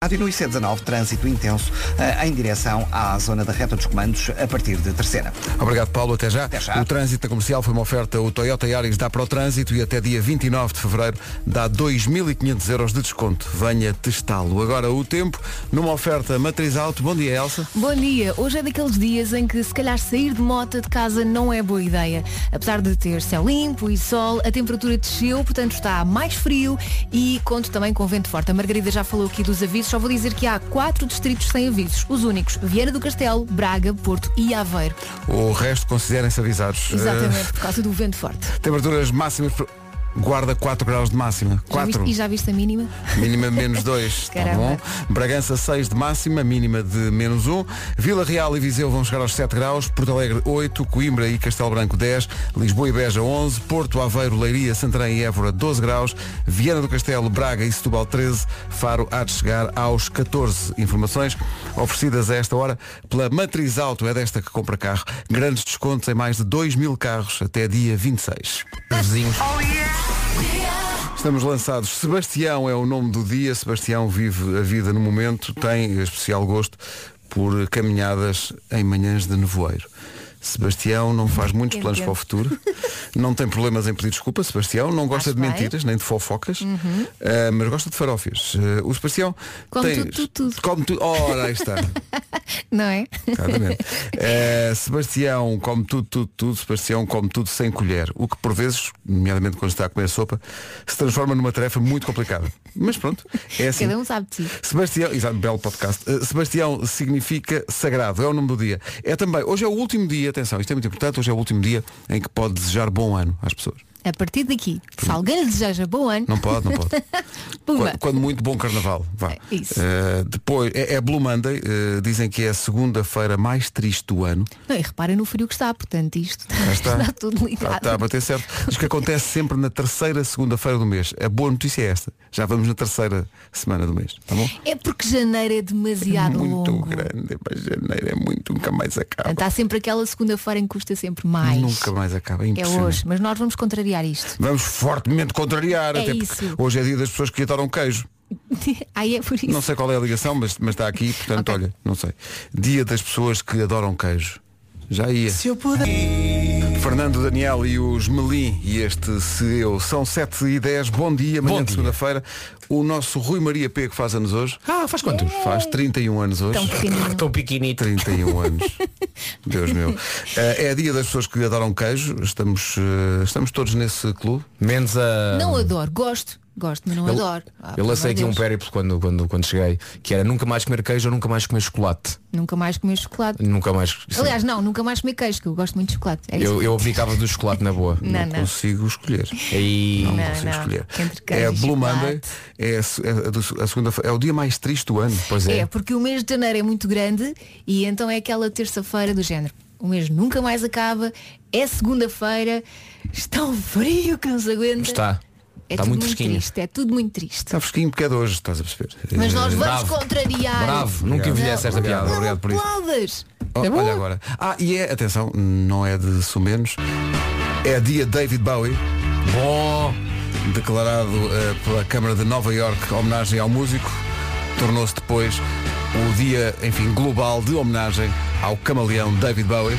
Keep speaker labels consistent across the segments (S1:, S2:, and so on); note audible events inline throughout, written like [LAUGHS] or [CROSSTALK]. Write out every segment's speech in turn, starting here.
S1: Rádio no IC19, trânsito intenso eh, em direção à zona da reta dos comandos a partir de terceira.
S2: Obrigado, Paulo. Até já.
S1: Até já.
S2: O trânsito da comercial foi uma oferta. O Toyota Yaris dá para o trânsito e até dia 29 de fevereiro dá 2.500 euros de desconto. Venha testá-lo. Agora o tempo numa oferta matriz alto. Bom dia, Elsa.
S3: Bom dia, hoje é daqueles dias em que se calhar sair de moto de casa não é boa ideia. Apesar de ter céu limpo e sol, a temperatura desceu, portanto está mais frio e conto também com vento forte. A Margarida já falou aqui dos avisos, só vou dizer que há quatro distritos sem avisos. Os únicos, Vieira do Castelo, Braga, Porto e Aveiro.
S2: O resto considerem-se avisados.
S3: Exatamente, por causa do vento forte.
S2: Eh, temperaturas máximas. por- Guarda 4 graus de máxima.
S3: Já viste-
S2: 4.
S3: e já viste a mínima?
S2: Mínima menos 2, tá
S3: Caramba.
S2: bom? Bragança 6 de máxima, mínima de menos 1. Vila Real e Viseu vão chegar aos 7 graus, Porto Alegre 8, Coimbra e Castelo Branco 10, Lisboa e Beja 11, Porto, Aveiro, Leiria, Santarém e Évora 12 graus, Viana do Castelo, Braga e Setúbal 13, Faro há de chegar aos 14. Informações oferecidas a esta hora pela Matriz Auto, é desta que compra carro. Grandes descontos em mais de 2 mil carros até dia 26. Vizinhos. Estamos lançados. Sebastião é o nome do dia. Sebastião vive a vida no momento, tem especial gosto por caminhadas em manhãs de nevoeiro. Sebastião não faz muitos planos para
S3: [LAUGHS]
S2: o futuro, não tem problemas em pedir desculpa, Sebastião, não gosta
S3: Acho
S2: de
S3: bem. Uhum.
S2: mentiras, nem de fofocas, eh, mas gosta de farófias. Eh, o Sebastião
S3: Come
S2: tem.
S3: tudo, tudo, tudo.
S2: Come tudo. Ora,
S3: [LAUGHS]
S2: aí está.
S3: Não é?
S2: Exatamente. [LAUGHS] Eh, Sebastião come tudo, tudo, tudo. Sebastião come tudo sem colher. O que por vezes, nomeadamente quando está a comer sopa, se transforma numa tarefa muito complicada. Mas pronto, é assim.
S3: Cada um sabe de si.
S2: Sebastião, exato, belo podcast. Eh, Sebastião significa sagrado, é o nome do dia. É também, hoje é o último dia, atenção, isto é muito importante, hoje é o último dia em que pode desejar bom ano às pessoas.
S3: A partir daqui, se alguém lhe deseja bom ano,
S2: Não pode,
S3: [LAUGHS]
S2: não pode.
S3: pumba.
S2: quando, quando muito bom carnaval. Vá.
S3: É isso.
S2: Eh, depois, é, é Blue Monday, eh, dizem que é a segunda-feira mais triste do ano.
S3: Não, e repara no frio que está, portanto isto [LAUGHS]
S2: Já
S3: está, tudo ligado.
S2: Está, está Tá, a bater certo. Diz que acontece sempre na terceira segunda-feira do mês. A boa notícia é esta. Já vamos na terceira semana do mês. Tá bom?
S3: É porque janeiro é demasiado
S2: muito
S3: longo.
S2: grande. Mas janeiro é muito. Nunca mais acaba.
S3: Portanto, há sempre aquela segunda-feira em que custa sempre mais.
S2: Nunca mais acaba. É
S3: é
S2: impressionante.
S3: hoje, mas nós vamos contrariar isto. [LAUGHS]
S2: Vamos fortemente contrariar.
S3: É
S2: até porque
S3: isso.
S2: hoje é dia das pessoas que adoram queijo.
S3: Aí é por isso.
S2: Não sei qual é a ligação, mas, mas está aqui. Portanto,
S3: Ok.
S2: olha, não sei. Dia das pessoas que adoram queijo. Já ia.
S4: Se eu puder.
S2: Fernando Daniel e os Melim e este se eu são 7 e 10 bom dia, manhã de segunda-feira. O nosso Rui Maria P que faz anos hoje.
S4: Ah, faz quantos?
S2: Faz 31 anos hoje.
S3: Tão pequenino.
S4: Tão pequenito.
S2: 31 anos. Deus meu. Eh, É dia das pessoas que adoram queijo. Estamos, eh, estamos todos nesse clube.
S4: Menos a.
S3: Não adoro, gosto, gosto, mas não
S4: eu,
S3: adoro. Ah,
S4: eu
S3: pelo amor
S4: lancei aqui
S3: de
S4: um
S3: Deus.
S4: périplo quando, quando, quando cheguei, que era nunca mais comer queijo ou nunca mais comer chocolate.
S3: Nunca mais comer chocolate.
S4: Nunca mais. sim.
S3: Aliás, não, nunca mais comer queijo, que eu gosto muito de chocolate. É isso.
S4: eu, eu abdicava do chocolate na boa.
S3: Não, não.
S2: Consigo escolher.
S4: E
S2: Não,
S3: Não,
S2: consigo
S3: É, não.
S2: escolher.
S3: Entre queijo
S2: É a
S3: e
S2: Blue
S3: chocolate.
S2: Monday, é a, se- é a do- a segunda, é o dia mais triste do ano.
S4: Pois é.
S3: É, porque o mês de janeiro é muito grande e então é aquela terça-feira do género. O mês nunca mais acaba, é segunda-feira, está um frio que não se aguenta.
S4: Está.
S3: É
S4: Está
S3: tudo
S4: muito
S3: muito,
S4: fresquinho.
S3: triste, é tudo muito triste.
S2: Está fresquinho porque é de hoje, estás a perceber? É,
S3: Mas nós vamos
S4: Bravo.
S3: contrariar.
S4: Bravo, nunca envelhece esta
S2: Obrigado.
S4: piada.
S2: Obrigado por isso.
S3: Aplaudas.
S2: Oh, olha agora. Ah, e é, atenção, não é de sumenos. É dia David Bowie,
S4: Bom,
S2: declarado eh, pela Câmara de Nova York homenagem ao músico. Tornou-se depois o dia, enfim, global de homenagem ao camaleão David Bowie.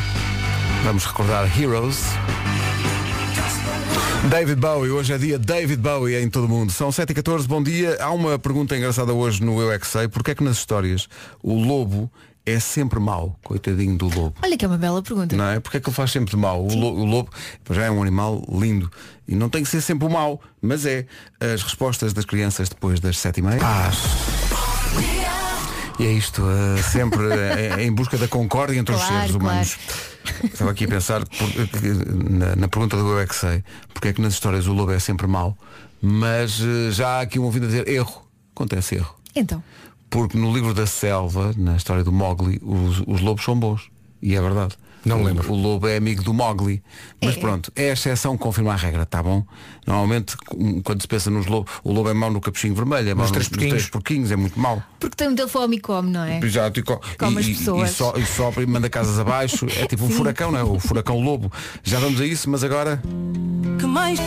S2: Vamos recordar Heroes. David Bowie, hoje é dia David Bowie em todo o mundo. São 7h14, bom dia. Há uma pergunta engraçada hoje no Eu É Que Sei. Porquê é que nas histórias o lobo é sempre mau? Coitadinho do lobo.
S3: Olha que é uma bela pergunta.
S2: Não é? Porque é que ele faz sempre de mal? O, lo- o lobo já é um animal lindo. E não tem que ser sempre o mau, mas é. As respostas das crianças depois das sete e meia. Paz. E é isto, eh, sempre eh, em busca da concórdia entre os
S3: Claro,
S2: seres humanos. Estava aqui a pensar por- eh, que- na, na pergunta do Eu é que sei, porque é que nas histórias o lobo é sempre mau, mas eh, já há aqui um ouvido a dizer erro. Acontece erro.
S3: Então,
S2: Porque no livro da selva, na história do Mowgli, os, os lobos são bons. E é verdade.
S4: Não
S2: O-
S4: lembro.
S2: O lobo é amigo do Mowgli. Mas pronto, é a exceção que confirma a regra, tá bom? Normalmente, com- quando se pensa nos lobos, o lobo é mau no capuchinho vermelho, é mau
S4: Nos
S2: no-
S4: três
S2: nos, três
S4: porquinhos.
S2: porquinhos, é muito mau.
S3: porque tem muita fome e come, não é?
S2: Exato, e, co-
S3: Come
S2: e-
S3: as
S2: e- e
S3: pessoas.
S2: só, e sopra e manda casas abaixo. É tipo um
S3: [LAUGHS] Sim.
S2: furacão, não é? O furacão lobo. Já vamos a isso, mas agora.
S5: Que mais?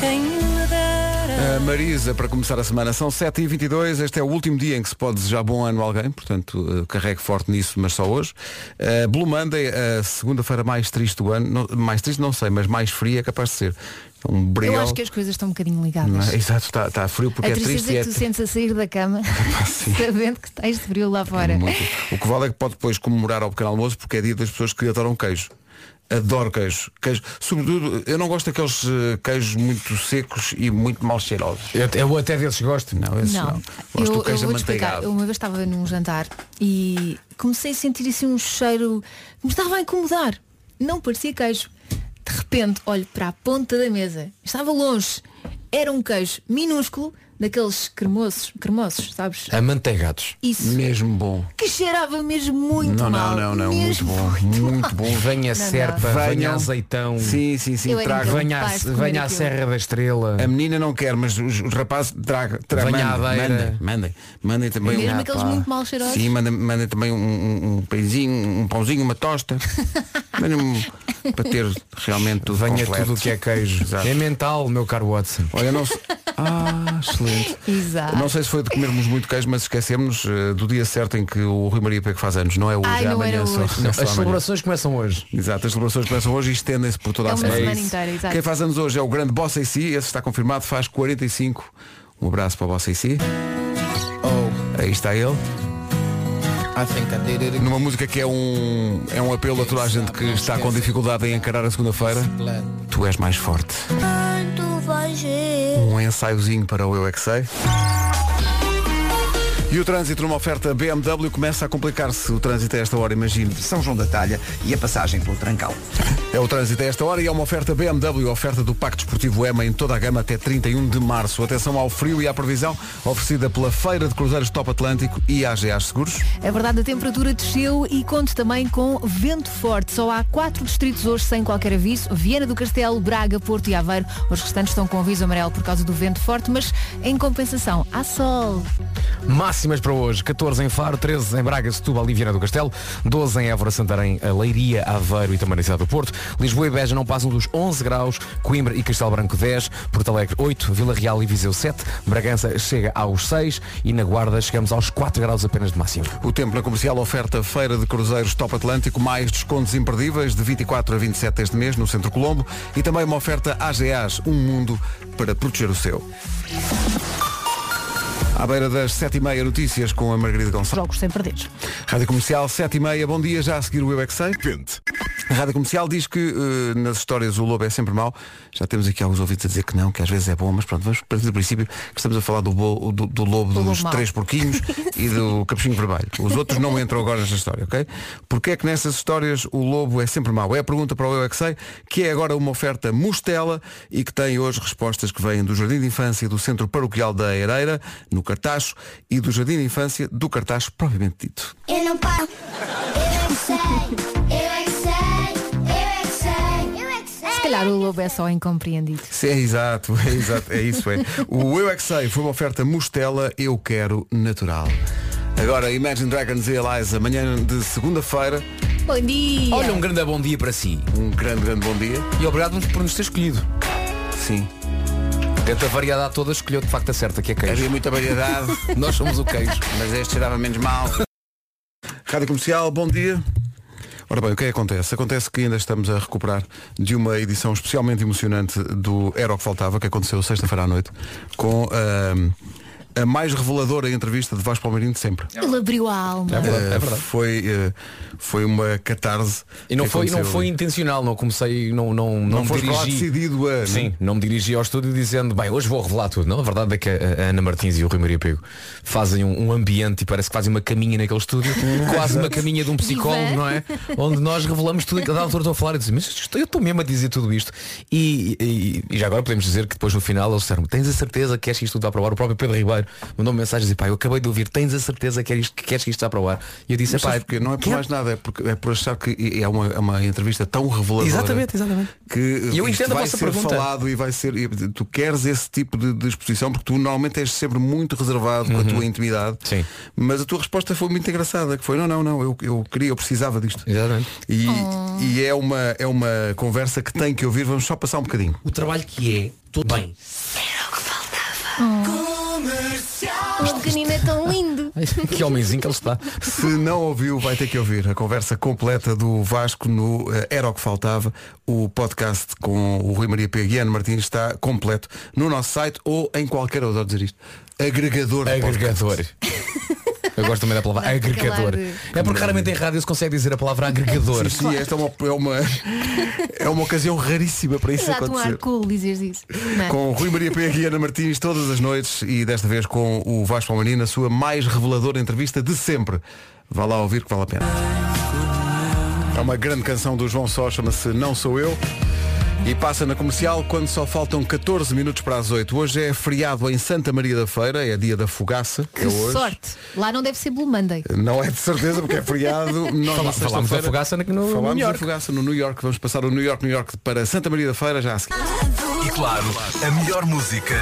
S5: Quem me dera
S2: A Marisa, para começar a semana, são 7h22. Este é o último dia em que se pode desejar bom ano a alguém, portanto, eh, carregue forte nisso, mas só hoje. Eh, Blue Monday, a segunda-feira mais triste do ano. Não- mais triste não sei, mas mais fria é capaz de ser. Um breu.
S3: Eu acho que as coisas estão um bocadinho ligadas.
S2: Exato, está está frio é, porque
S3: a
S2: é
S3: tristeza
S2: triste
S3: que
S2: e é
S3: tu sentes a sair da
S2: [LAUGHS]
S3: cama
S2: sim.
S3: sabendo é que tens de frio lá fora.
S2: é Muito. O que vale é que pode depois comemorar ao pequeno almoço porque é dia das pessoas que adoram queijo. Adoro queijo. queijo. Sobretudo, eu não gosto daqueles eh, queijos muito secos e muito mal cheirosos.
S4: Eu, eu até desses gosto.
S2: Não, esses não.
S3: Não,
S2: Gosto
S3: eu,
S2: do
S3: eu
S2: queijo
S3: vou-te explicar.
S2: amanteigado.
S3: Eu uma vez estava num jantar e comecei a sentir assim um cheiro que me estava a incomodar. Não parecia queijo. De repente, olho para a ponta da mesa. Estava longe. Era um queijo minúsculo, daqueles cremosos, cremosos, sabes?
S2: É.
S4: Amanteigados.
S3: Isso.
S2: Mesmo bom.
S3: Que cheirava mesmo muito
S2: não,
S3: mal.
S2: não, não, não. Muito
S3: Mesmo
S2: bom. Muito bom.
S4: Venha
S3: Não, não.
S4: serpa, venha
S2: Venham.
S4: azeitão,
S2: Sim, É sim, sim.
S3: Eu era
S2: Traga.
S3: incapaz.
S4: venha, a,
S3: Capaz de comer
S4: venha à
S3: aquilo.
S4: Serra da Estrela.
S2: A menina não quer, mas os, os rapazes traga, traga
S4: Venha à
S2: mandem,
S4: beira.
S2: mandem, mandem, mandem também
S3: Mesmo
S2: um-
S3: aqueles
S4: pá.
S3: muito mal cheirosos.
S2: Sim, mandem, mandem também um, um, um pãezinho, um pãozinho,
S3: [LAUGHS]
S2: uma tosta. Mandem um, para ter realmente tudo
S4: Venha
S2: completo.
S4: tudo o que é queijo.
S2: Exato.
S4: É mental, meu caro Watson.
S2: Olha, não se... Ah, excelente.
S3: [LAUGHS] Exato.
S2: Não sei se foi de comermos muito queijo, mas esquecemos eh, do dia certo em que o Rui Maria Pego faz anos. Não é hoje,
S3: Ai,
S2: é
S3: não
S2: amanhã
S3: era hoje.
S2: só. É
S4: As
S2: só amanhã.
S4: celebrações começam hoje.
S2: Exato, as celebrações começam hoje e estendem-se por toda
S3: É
S2: a
S3: uma
S2: semana.
S3: semana
S2: isso.
S3: inteira, exato.
S2: Quem faz anos hoje é o grande Bossa e Si, esse está confirmado, faz 45. Um abraço para o Bossa e Si. Aí está ele. Numa música que é um, é um apelo a toda a gente que está com dificuldade em encarar a segunda-feira. Tu és mais forte. Um ensaiozinho para o Eu É Que Sei. E o trânsito numa oferta BMW começa a complicar-se. O trânsito a esta hora, imagino.
S1: São João da Talha e a passagem pelo Trancal.
S2: É o trânsito a esta hora e é uma oferta BMW, oferta do Pacto Desportivo EMA em toda a gama até 31 de março. Atenção ao frio e à previsão, oferecida pela Feira de Cruzeiros Top Atlântico e AGA Seguros.
S3: É verdade, a temperatura desceu e conto também com vento forte. Só há quatro distritos hoje sem qualquer aviso. Viana do Castelo, Braga, Porto e Aveiro. Os restantes estão com aviso amarelo por causa do vento forte, mas em compensação, há sol.
S4: Máximas para hoje, 14 em Faro, 13 em Braga, Setúbal e Viana do Castelo, 12 em Évora, Santarém, Leiria, Aveiro e também na cidade do Porto, Lisboa e Beja não passam dos 11 graus, Coimbra e Castelo Branco 10, Porto Alegre 8, Vila Real e Viseu 7, Bragança chega aos 6 e na Guarda chegamos aos 4 graus apenas de máximo.
S2: O tempo na comercial oferta Feira de Cruzeiros Top Atlântico, mais descontos imperdíveis de 24 a 27 deste mês no Centro Colombo e também uma oferta AGAs, um mundo para proteger o seu. À beira das 7h30 notícias com a Margarida Gonçalves.
S3: Jogos sem perder.
S2: Rádio Comercial, 7h30, bom dia, já a seguir o Eu é Que Sei. A Rádio Comercial diz que eh, nas histórias o lobo é sempre mau. Já temos aqui alguns ouvidos a dizer que não, que às vezes é bom, mas pronto, vamos partir do princípio que estamos a falar do, bo- do- do lobo
S3: Do
S2: dos
S3: lobo mau. [LAUGHS]
S2: três porquinhos e do capuchinho vermelho. Os outros não entram agora nesta história, ok? Porque é que nessas histórias o lobo é sempre mau? É a pergunta para o Eu é Que Sei, que é agora uma oferta mostela e que tem hoje respostas que vêm do Jardim de Infância do Centro Paroquial da Ereira, no Cartacho, e do Jardim de Infância do Cartacho propriamente dito.
S5: Eu não paro. Eu é que sei. Eu é que sei. Eu é que sei. Eu é que sei.
S3: Se calhar o lobo é só incompreendido.
S2: Sim, é exato, é exato, é isso, é. O Eu é que sei foi uma oferta Mostela Eu Quero Natural. Agora Imagine Dragons e Eliza, amanhã de segunda-feira,
S3: Bom dia!
S4: Olha, um grande bom dia para si
S2: um grande, grande bom dia.
S4: e obrigado por nos ter escolhido.
S2: Sim.
S4: Tenta variedade toda, escolheu de facto a certa, que é queijo.
S2: Havia muita [LAUGHS] variedade,
S4: Nós somos o queijo.
S2: mas este dava menos mal. Rádio Comercial, bom dia. Ora bem, o que é que acontece? Acontece que ainda estamos a recuperar de uma edição especialmente emocionante do Era o que Faltava, que aconteceu sexta-feira à noite, com ahm, a mais reveladora entrevista de Vasco Palmeirinho de sempre.
S3: Ele abriu a
S4: É
S3: alma.
S2: Eh, Foi, eh, foi uma catarse.
S4: E não
S2: que
S4: foi, não
S2: aconteceu
S4: foi
S2: ali.
S4: intencional, não comecei, não, não, não,
S2: Não
S4: me
S2: foi lá
S4: dirigi.
S2: decidido a. né?
S4: Sim, não me dirigi ao estúdio dizendo, bem, hoje vou revelar tudo. Não, a verdade é que a a Ana Martins e o Rui Maria Pego fazem um, um ambiente e parece que fazem uma caminha naquele estúdio,
S2: [LAUGHS]
S4: quase uma caminha de um psicólogo,
S3: Divã.
S4: não é? Onde nós revelamos tudo, e cada altura estou a falar e dizem, mas isto- eu estou mesmo a dizer tudo isto. E, e- e já agora podemos dizer que depois no final eles disseram, tens a certeza que queres que isto tudo vá para o ar? O próprio Pedro Ribeiro mandou-me mensagem e disse, pá, eu acabei de ouvir, tens a certeza que queres, que queres que isto vá para o ar? E eu disse,
S2: Mas
S4: pá,
S2: sabes porquê? Não é por mais nada, é, porque, é por achar que é uma, é uma entrevista tão reveladora.
S4: Exatamente, exatamente.
S2: Que
S4: E eu
S2: isto
S4: entendo a
S2: vai
S4: vossa
S2: ser
S4: pergunta.
S2: falado e vai ser. e tu queres esse tipo de, de exposição porque tu normalmente és sempre muito reservado com a tua intimidade.
S4: Uhum. Sim.
S2: Mas a tua resposta foi muito engraçada, que foi não, não, não, eu, eu queria, eu precisava disto.
S4: Exatamente.
S2: E, e é, uma, é uma conversa que tem que ouvir, vamos só passar um bocadinho.
S6: o trabalho que é, tudo bem.
S3: O pequenino é tão lindo.
S4: que homenzinho que ele está.
S2: Se não ouviu, vai ter que ouvir a conversa completa do Vasco no eh, Era o que Faltava. O podcast com o Rui Maria Pego e Ana Martins está completo no nosso site ou em qualquer, eu adoro dizer isto, agregador. de
S4: [LAUGHS] Agregador. Eu gosto também da palavra
S3: Vai
S4: agregador.
S3: calar.
S4: É porque raramente em rádio se consegue dizer a palavra agregador.
S2: podcast. Sim, sim, esta é uma, é, uma, [LAUGHS] é uma ocasião raríssima para [LAUGHS] isso
S3: Dá-te um ar
S2: acontecer.
S3: cool dizeres isso. não é?
S2: Com Rui Maria Pego e Ana Martins todas as noites e desta vez com o Vasco Palmarini na sua mais reveladora entrevista de sempre. Vá lá ouvir que vale a pena. É uma grande canção do João Só, chama-se Não Sou Eu. E passa na comercial quando só faltam 14 minutos para as 8. Hoje é feriado em Santa Maria da Feira, é dia da fogaça.
S3: Que
S2: é hoje.
S3: sorte. Lá não deve ser Blue Monday.
S2: Não é de certeza porque é
S4: [LAUGHS]
S2: feriado. Nós na
S4: Fala- falámos da
S2: sexta-feira-
S4: fogaça no, no
S2: Falámos da
S4: New York.
S2: fogaça no New York. Vamos passar o New York, New York para Santa Maria da Feira já a seguir.
S6: E claro, a melhor música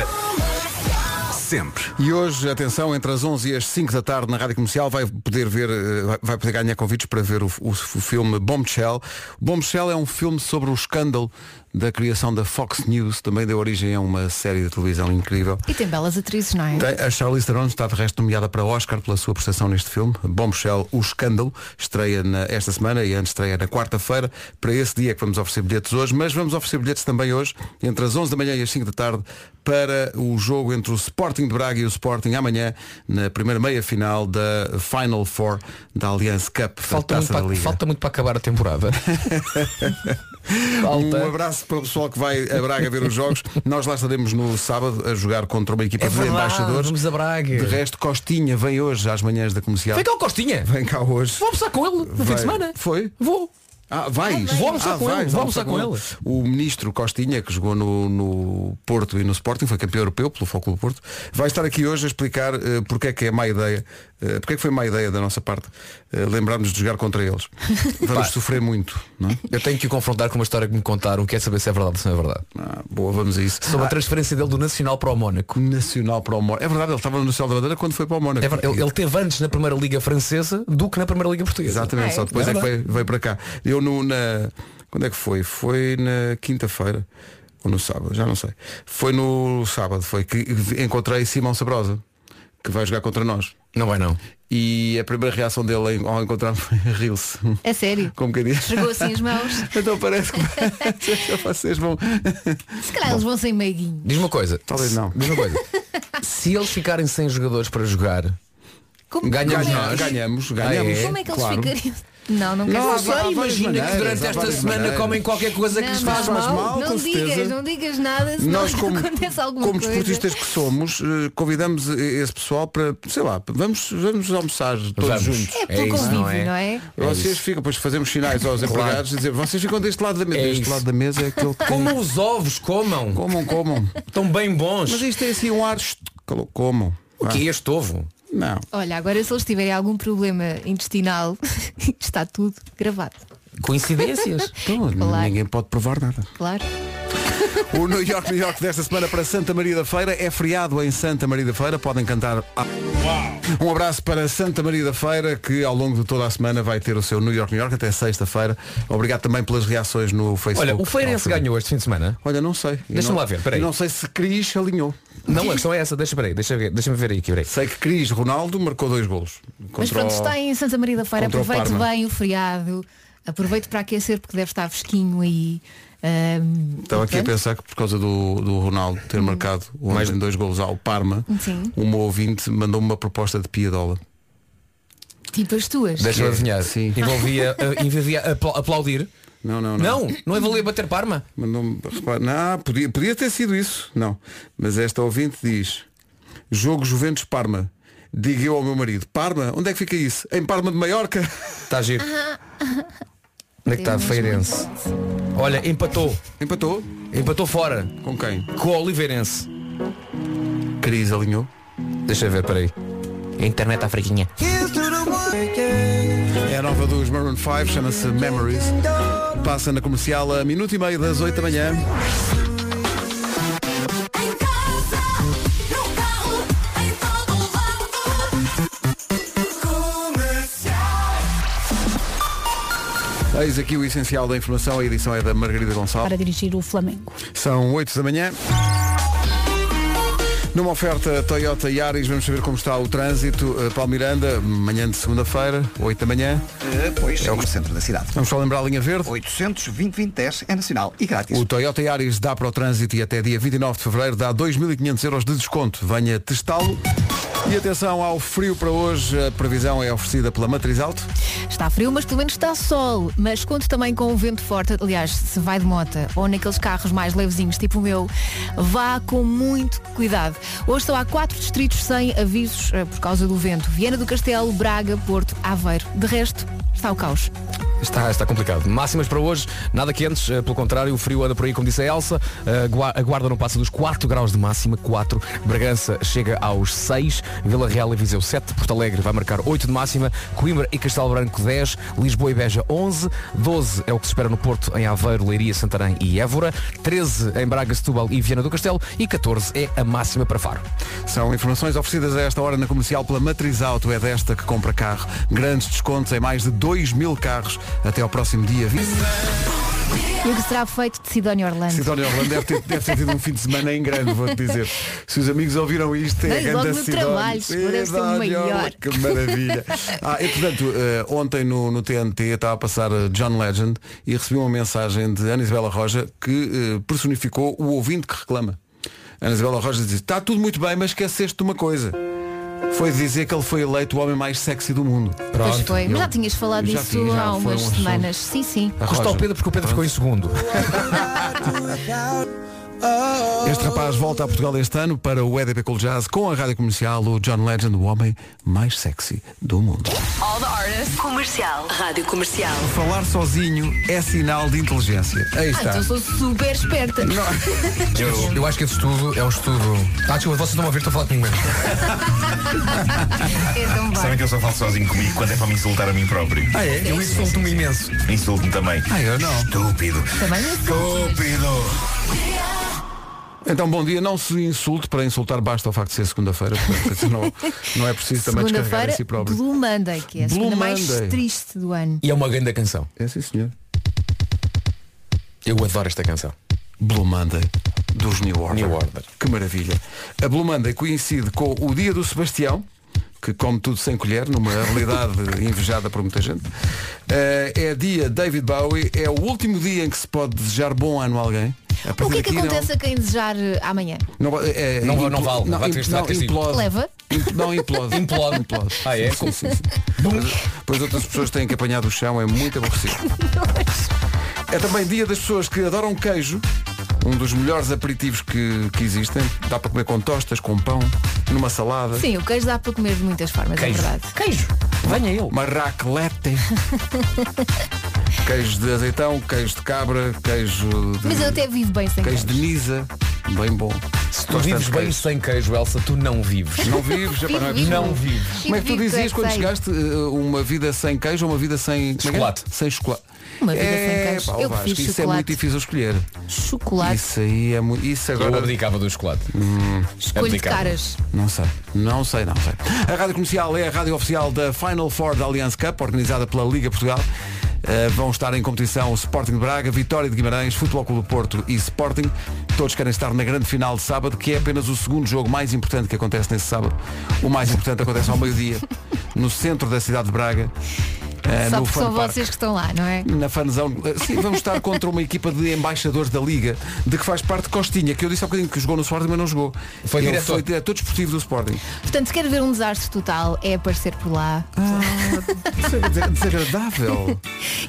S6: sempre.
S2: E hoje, atenção, entre as 11 e as 5 da tarde na Rádio Comercial vai poder ver, eh, vai- vai poder ganhar convites para ver o, o, o filme Bombshell. Bombshell é um filme sobre o escândalo da criação da Fox News, também deu origem a uma série de televisão incrível.
S3: E tem belas atrizes, não é?
S2: Tem- A Charlize Theron está de resto nomeada para Oscar pela sua prestação neste filme. Bombshell, O Escândalo, estreia na- esta semana e antes estreia na quarta-feira. Para esse dia é que vamos oferecer bilhetes hoje, mas vamos oferecer bilhetes também hoje, entre as 11 da manhã e as 5 da tarde, para o jogo entre o Sporting de Braga e o Sporting amanhã, na primeira meia-final da Final Four da Allianz Cup,
S4: Falta
S2: da
S4: muito,
S2: Taça da
S4: para,
S2: Liga.
S4: falta muito para acabar a temporada.
S2: Um
S4: falta.
S2: abraço para o pessoal que vai a Braga ver os jogos. Nós lá estaremos no sábado a jogar contra uma equipa
S4: É
S2: de
S4: verdade,
S2: embaixadores.
S4: vamos a Braga.
S2: De resto, Costinha vem hoje às manhãs da comercial.
S4: Vem cá o Costinha.
S2: Vem cá hoje.
S4: Vou almoçar com ele no fim
S2: Vai.
S4: de semana.
S2: Foi?
S4: Vou.
S2: Ah, vais?
S4: Vou almoçar
S2: Ah,
S4: com ele,
S2: vais
S4: vou almoçar com ele.
S2: O ministro Costinha, que jogou no, no Porto e no Sporting, foi campeão europeu pelo Fóculo Porto, vai estar aqui hoje a explicar eh, porque é que é má ideia, eh, porque é que foi má ideia da nossa parte eh, lembrarmos de jogar contra
S4: [LAUGHS]
S2: eles. Vamos sofrer muito, não é?
S4: Eu tenho que o confrontar com uma história que me contaram, quer saber se é verdade ou se não é verdade.
S2: Ah, boa, vamos a isso.
S4: Sobre a transferência dele do Nacional para o Mónaco.
S2: Nacional para o Mónaco. É verdade, ele estava no Nacional da Bandeira quando foi para o Mónaco.
S4: É verdade, ele, ele teve antes na Primeira Liga Francesa do que na Primeira Liga Portuguesa.
S2: Exatamente,
S3: É.
S2: só depois é que
S4: Nada.
S2: veio, veio para cá. Eu no, na. Quando é que foi? Foi na quinta-feira. Ou no sábado, já não sei. Foi no sábado, foi que encontrei Simão Sabrosa, que vai jogar contra nós.
S4: Não vai não.
S2: E a primeira reação dele em- ao encontrar-me foi [LAUGHS] riu-se.
S3: É sério.
S2: Como quem diz.
S3: Chegou assim as mãos.
S2: um Então parece que [LAUGHS] vocês vão.
S3: Se calhar eles vão sem meiguinho.
S4: Diz uma coisa.
S2: Talvez não.
S4: Diz
S2: [LAUGHS]
S4: uma coisa. se eles ficarem sem jogadores para jogar,
S3: Como,
S4: Ganham
S3: como
S4: nós.
S3: é, que-
S2: Ganhamos,
S4: Ah, é?
S2: ganhamos.
S3: como é que eles
S2: claro.
S3: ficariam? Não, não quero
S2: Não,
S3: saber.
S2: há várias maneiras, há várias maneiras.
S4: qualquer coisa
S3: Não,
S2: faz mal,
S3: não
S2: com
S3: digas,
S2: certeza.
S3: não digas nada, senão [LAUGHS]
S2: Nós como,
S3: acontece alguma
S2: como
S3: coisa.
S2: desportistas que somos, eh, convidamos eh, esse pessoal para, sei lá, vamos, vamos almoçar todos
S4: Vamos.
S2: juntos.
S3: É
S4: É
S3: pelo
S4: isso,
S3: convívio,
S4: não é?
S3: não é?
S2: vocês ficam, pois fazemos sinais aos empregados e dizer, vocês ficam deste lado da mesa.
S4: É
S2: deste
S4: isso.
S2: lado da mesa é aquele que tem.
S4: Comam os ovos, [LAUGHS] comam.
S2: Comam, comam.
S4: Estão bem bons.
S2: Mas isto é assim um ar. est- calo- Comam.
S4: O que é este ovo?
S2: Ah, Não.
S3: Olha, agora se eles tiverem algum problema intestinal, [LAUGHS] está tudo gravado,
S4: Coincidências.
S2: Então,
S3: Falar.
S2: ninguém pode provar nada.
S3: claro.
S2: O New York, New York desta semana para Santa Maria da Feira é feriado em Santa Maria da Feira. Podem cantar. a- Um abraço para Santa Maria da Feira, que ao longo de toda a semana vai ter o seu New York, New York até sexta-feira. Obrigado também pelas reações no Facebook.
S4: [LAUGHS] Olha, o Feirense ganhou este fim de semana.
S2: Olha, não sei.
S4: Deixa-me
S2: Não-
S4: lá ver, peraí.
S2: Não sei se Cris alinhou.
S4: Não, a questão é essa, deixa peraí, deixa-me ver, deixa ver aí, peraí.
S2: Sei que Cris Ronaldo marcou dois golos.
S3: Mas
S2: Contra o-
S3: pronto, está em Santa Maria da Feira,
S2: contra o
S3: aproveite
S2: Parma.
S3: bem o feriado, aproveite para aquecer porque deve estar fresquinho aí. Ahm,
S2: Estava aqui a
S3: portanto, Uhum.
S2: pensar que por causa do, do Ronaldo ter marcado mais dois golos ao Parma,
S3: Sim.
S2: uma ouvinte mandou-me uma proposta de piadola.
S3: Tipo as tuas.
S4: Deixa-me
S2: Que-
S4: adivinhar.
S2: sim. [LAUGHS]
S4: Envolvia, eh, envolvia apla- aplaudir.
S2: Não, não, não.
S4: Não, não envolvia bater parma.
S2: Mandou-me. repara, Não, podia, podia ter sido isso. Não. Mas esta ouvinte diz. Jogo Juventus Parma. Digo eu ao meu marido, Parma, onde é que fica isso? Em Parma de Maiorca? [LAUGHS]
S4: Está Tá giro. Onde é que está? Feirense. Olha, empatou.
S2: Empatou?
S4: Empatou fora.
S2: Com quem?
S4: Com o Oliveirense.
S2: Cris alinhou.
S4: Deixa eu ver, peraí. A internet à fraquinha.
S2: É a nova dos Maroon 5, chama-se Memories. Passa na comercial a minuto e meio das 8 da manhã.
S5: Em casa, no carro, em todo lado.
S2: Eis aqui o essencial da informação. A edição é da Margarida Gonçalves.
S7: para dirigir o Flamengo.
S2: São 8 da manhã. Numa oferta Toyota Yaris, vamos saber como está o trânsito. Eh, Paulo Miranda, manhã de segunda-feira, 8 da manhã.
S1: Eh, Pois, é o centro da cidade.
S2: Vamos só lembrar a linha verde.
S1: 820-2010 é nacional e grátis.
S2: O Toyota Yaris dá para o trânsito e até dia 29 de fevereiro dá 2.500 euros de desconto. Venha testá-lo. E atenção ao frio para hoje. A previsão é oferecida pela Matriz Alto.
S3: Está frio, mas pelo menos está sol. Mas conto também com o vento forte. Aliás, se vai de moto ou naqueles carros mais levezinhos, tipo o meu, vá com muito cuidado. Hoje só há quatro distritos sem avisos eh, por causa do vento. Viana do Castelo, Braga, Porto, Aveiro. De resto, está o caos.
S4: Está, está complicado. Máximas para hoje, nada quentes, eh, pelo contrário, o frio anda por aí, como disse a Elsa. Eh, Gua- A guarda não passa dos 4 graus de máxima, 4. Bragança chega aos 6, Vila Real e Viseu 7, Porto Alegre vai marcar 8 de máxima, Coimbra e Castelo Branco 10, Lisboa e Beja 11, 12 é o que se espera no Porto, em Aveiro, Leiria, Santarém e Évora, 13 em Braga, Setúbal e Viana do Castelo e 14 é a máxima para Faro.
S2: São informações oferecidas a esta hora na comercial pela Matriz Auto. É desta que compra carro. Grandes descontos em mais de 2 mil carros até ao próximo dia 20.
S3: E o que será feito de Sidónia Orlando?
S2: Sidónia Orlando deve ter, deve ter tido um fim de semana em grande, vou-te dizer. Se os amigos ouviram isto, é
S3: Dei logo
S2: grande
S3: no trabalho, deve ser o maior. [LAUGHS]
S2: Que maravilha. Ah, e portanto, eh, ontem no, no TNT estava a passar eh, John Legend e recebi uma mensagem de Ana Isabela Roja que eh, personificou o ouvinte que reclama. Ana Isabela Roja diz, está tudo muito bem, mas esqueceste de uma coisa. Foi dizer que ele foi eleito o homem mais sexy do mundo.
S3: Pois foi. Mas já tinhas falado
S2: já
S3: disso
S2: tinha, já
S3: há
S2: foi
S3: umas
S2: um assunto.
S3: semanas. Sim, sim.
S2: A
S4: Custa ao
S2: Roja.
S4: Pedro porque o Pedro ficou em segundo.
S2: Este rapaz volta a Portugal este ano para o EDP Cool Jazz com a rádio comercial, o John Legend, o homem mais sexy do mundo.
S7: All the artists. Comercial. Rádio Comercial.
S2: Falar sozinho é sinal de inteligência. É Aí
S3: Ah,
S2: está.
S3: então sou super esperta.
S8: Eu, eu acho que esse estudo é um estudo. Ah, desculpa, vocês estão a ouvir, estou a falar comigo mesmo.
S3: Então vá.
S9: Sabem que eu só falo sozinho comigo quando é para me insultar a mim próprio.
S8: Ah, é? Eu insulto-me imenso.
S9: Insulto-me também.
S2: Ah, eu não.
S9: Estúpido.
S3: Também não sou.
S9: Estúpido.
S2: Então, bom dia. Não se insulte. Para insultar basta o facto de ser segunda-feira. Portanto, não, não é preciso também descarregar em
S3: Segunda-feira,
S2: si próprio.
S3: Blue Monday, que é a
S2: Blue
S3: segunda mais
S2: Monday.
S3: triste do ano.
S4: E é uma grande canção.
S2: É sim, senhor.
S4: Eu adoro esta canção.
S2: Blue Monday dos New Order.
S4: New Order.
S2: Que maravilha. A Blue Monday coincide com o dia do Sebastião, que come tudo sem colher, numa
S4: [LAUGHS]
S2: habilidade invejada por muita gente. Eh, é dia David Bowie, é o último dia em que se pode desejar bom ano a alguém. A
S3: O que
S2: partir
S3: é que
S2: daqui, não-
S3: acontece a quem desejar eh, amanhã?
S2: Não, é,
S4: Não-
S2: impl-
S4: não vale,
S2: Não,
S4: vai ter
S2: imp-
S4: que
S2: não,
S4: estar castigo.
S2: implode.
S3: Leva.
S2: Imp- não, implode.
S4: [LAUGHS] Implode.
S2: implode.
S4: Ah, é?
S2: Sim, sim,
S3: [LAUGHS]
S2: sim. Depois- Depois outras pessoas têm que apanhar do chão, é muito aborrecido. É também dia das pessoas que adoram queijo, um dos melhores aperitivos que, que existem. Dá para comer com tostas, com pão, numa salada,
S3: Sim, o queijo dá para comer de muitas formas,
S4: Queijo.
S3: é verdade.
S4: Queijo. Venha eu.
S2: uma raclette. queijo de azeitão, queijo de cabra, queijo de,
S3: Mas eu até vivo bem sem
S2: queijo
S3: queijo.
S2: de nisa, bem bom.
S4: Se tu
S2: Gosto
S4: vives
S2: de
S4: bem
S2: queijo.
S4: sem queijo, Elsa, tu não vives.
S2: Não vives, já para não é
S3: Vivo, vivo.
S4: Não vives.
S2: Como é que tu
S3: Vivo,
S2: dizias quando
S3: sei.
S2: chegaste eh, uma vida sem queijo ou uma vida sem como é que é?
S4: Chocolate.
S2: Sem chocolate.
S3: Uma vida sem
S2: É,
S3: queijo.
S2: pá,
S3: Eu
S2: Vasco,
S3: prefiro
S2: isso é
S3: chocolate.
S2: muito difícil escolher.
S3: Chocolate,
S2: Isso aí é muito. Isso
S4: Eu
S2: agora.
S4: abdicava do chocolate.
S2: é
S3: escolho de
S4: abdicava.
S3: caras.
S2: Não sei, não sei, não sei. A Rádio Comercial é a rádio oficial da Final Four da Allianz Cup, organizada pela Liga Portugal. Eh, vão estar em competição o Sporting de Braga, Vitória de Guimarães, Futebol Clube do Porto e Sporting. Todos querem estar na grande final de sábado, que é apenas o segundo jogo mais importante que acontece nesse sábado. O mais importante acontece ao meio-dia, no centro da cidade de Braga. eh,
S3: Só
S2: no
S3: porque
S2: Fun
S3: são
S2: Park.
S3: vocês que estão lá, não é?
S2: Na fanzão. Sim, vamos estar contra uma equipa de embaixadores da Liga, de que faz parte Costinha, que eu disse há bocadinho que jogou no Sporting, mas não jogou.
S4: Foi
S2: Ele
S4: diretor.
S2: foi diretor desportivo do Sporting.
S3: Portanto, se quer ver um desastre total, é aparecer por lá.
S2: Isso é des- desagradável.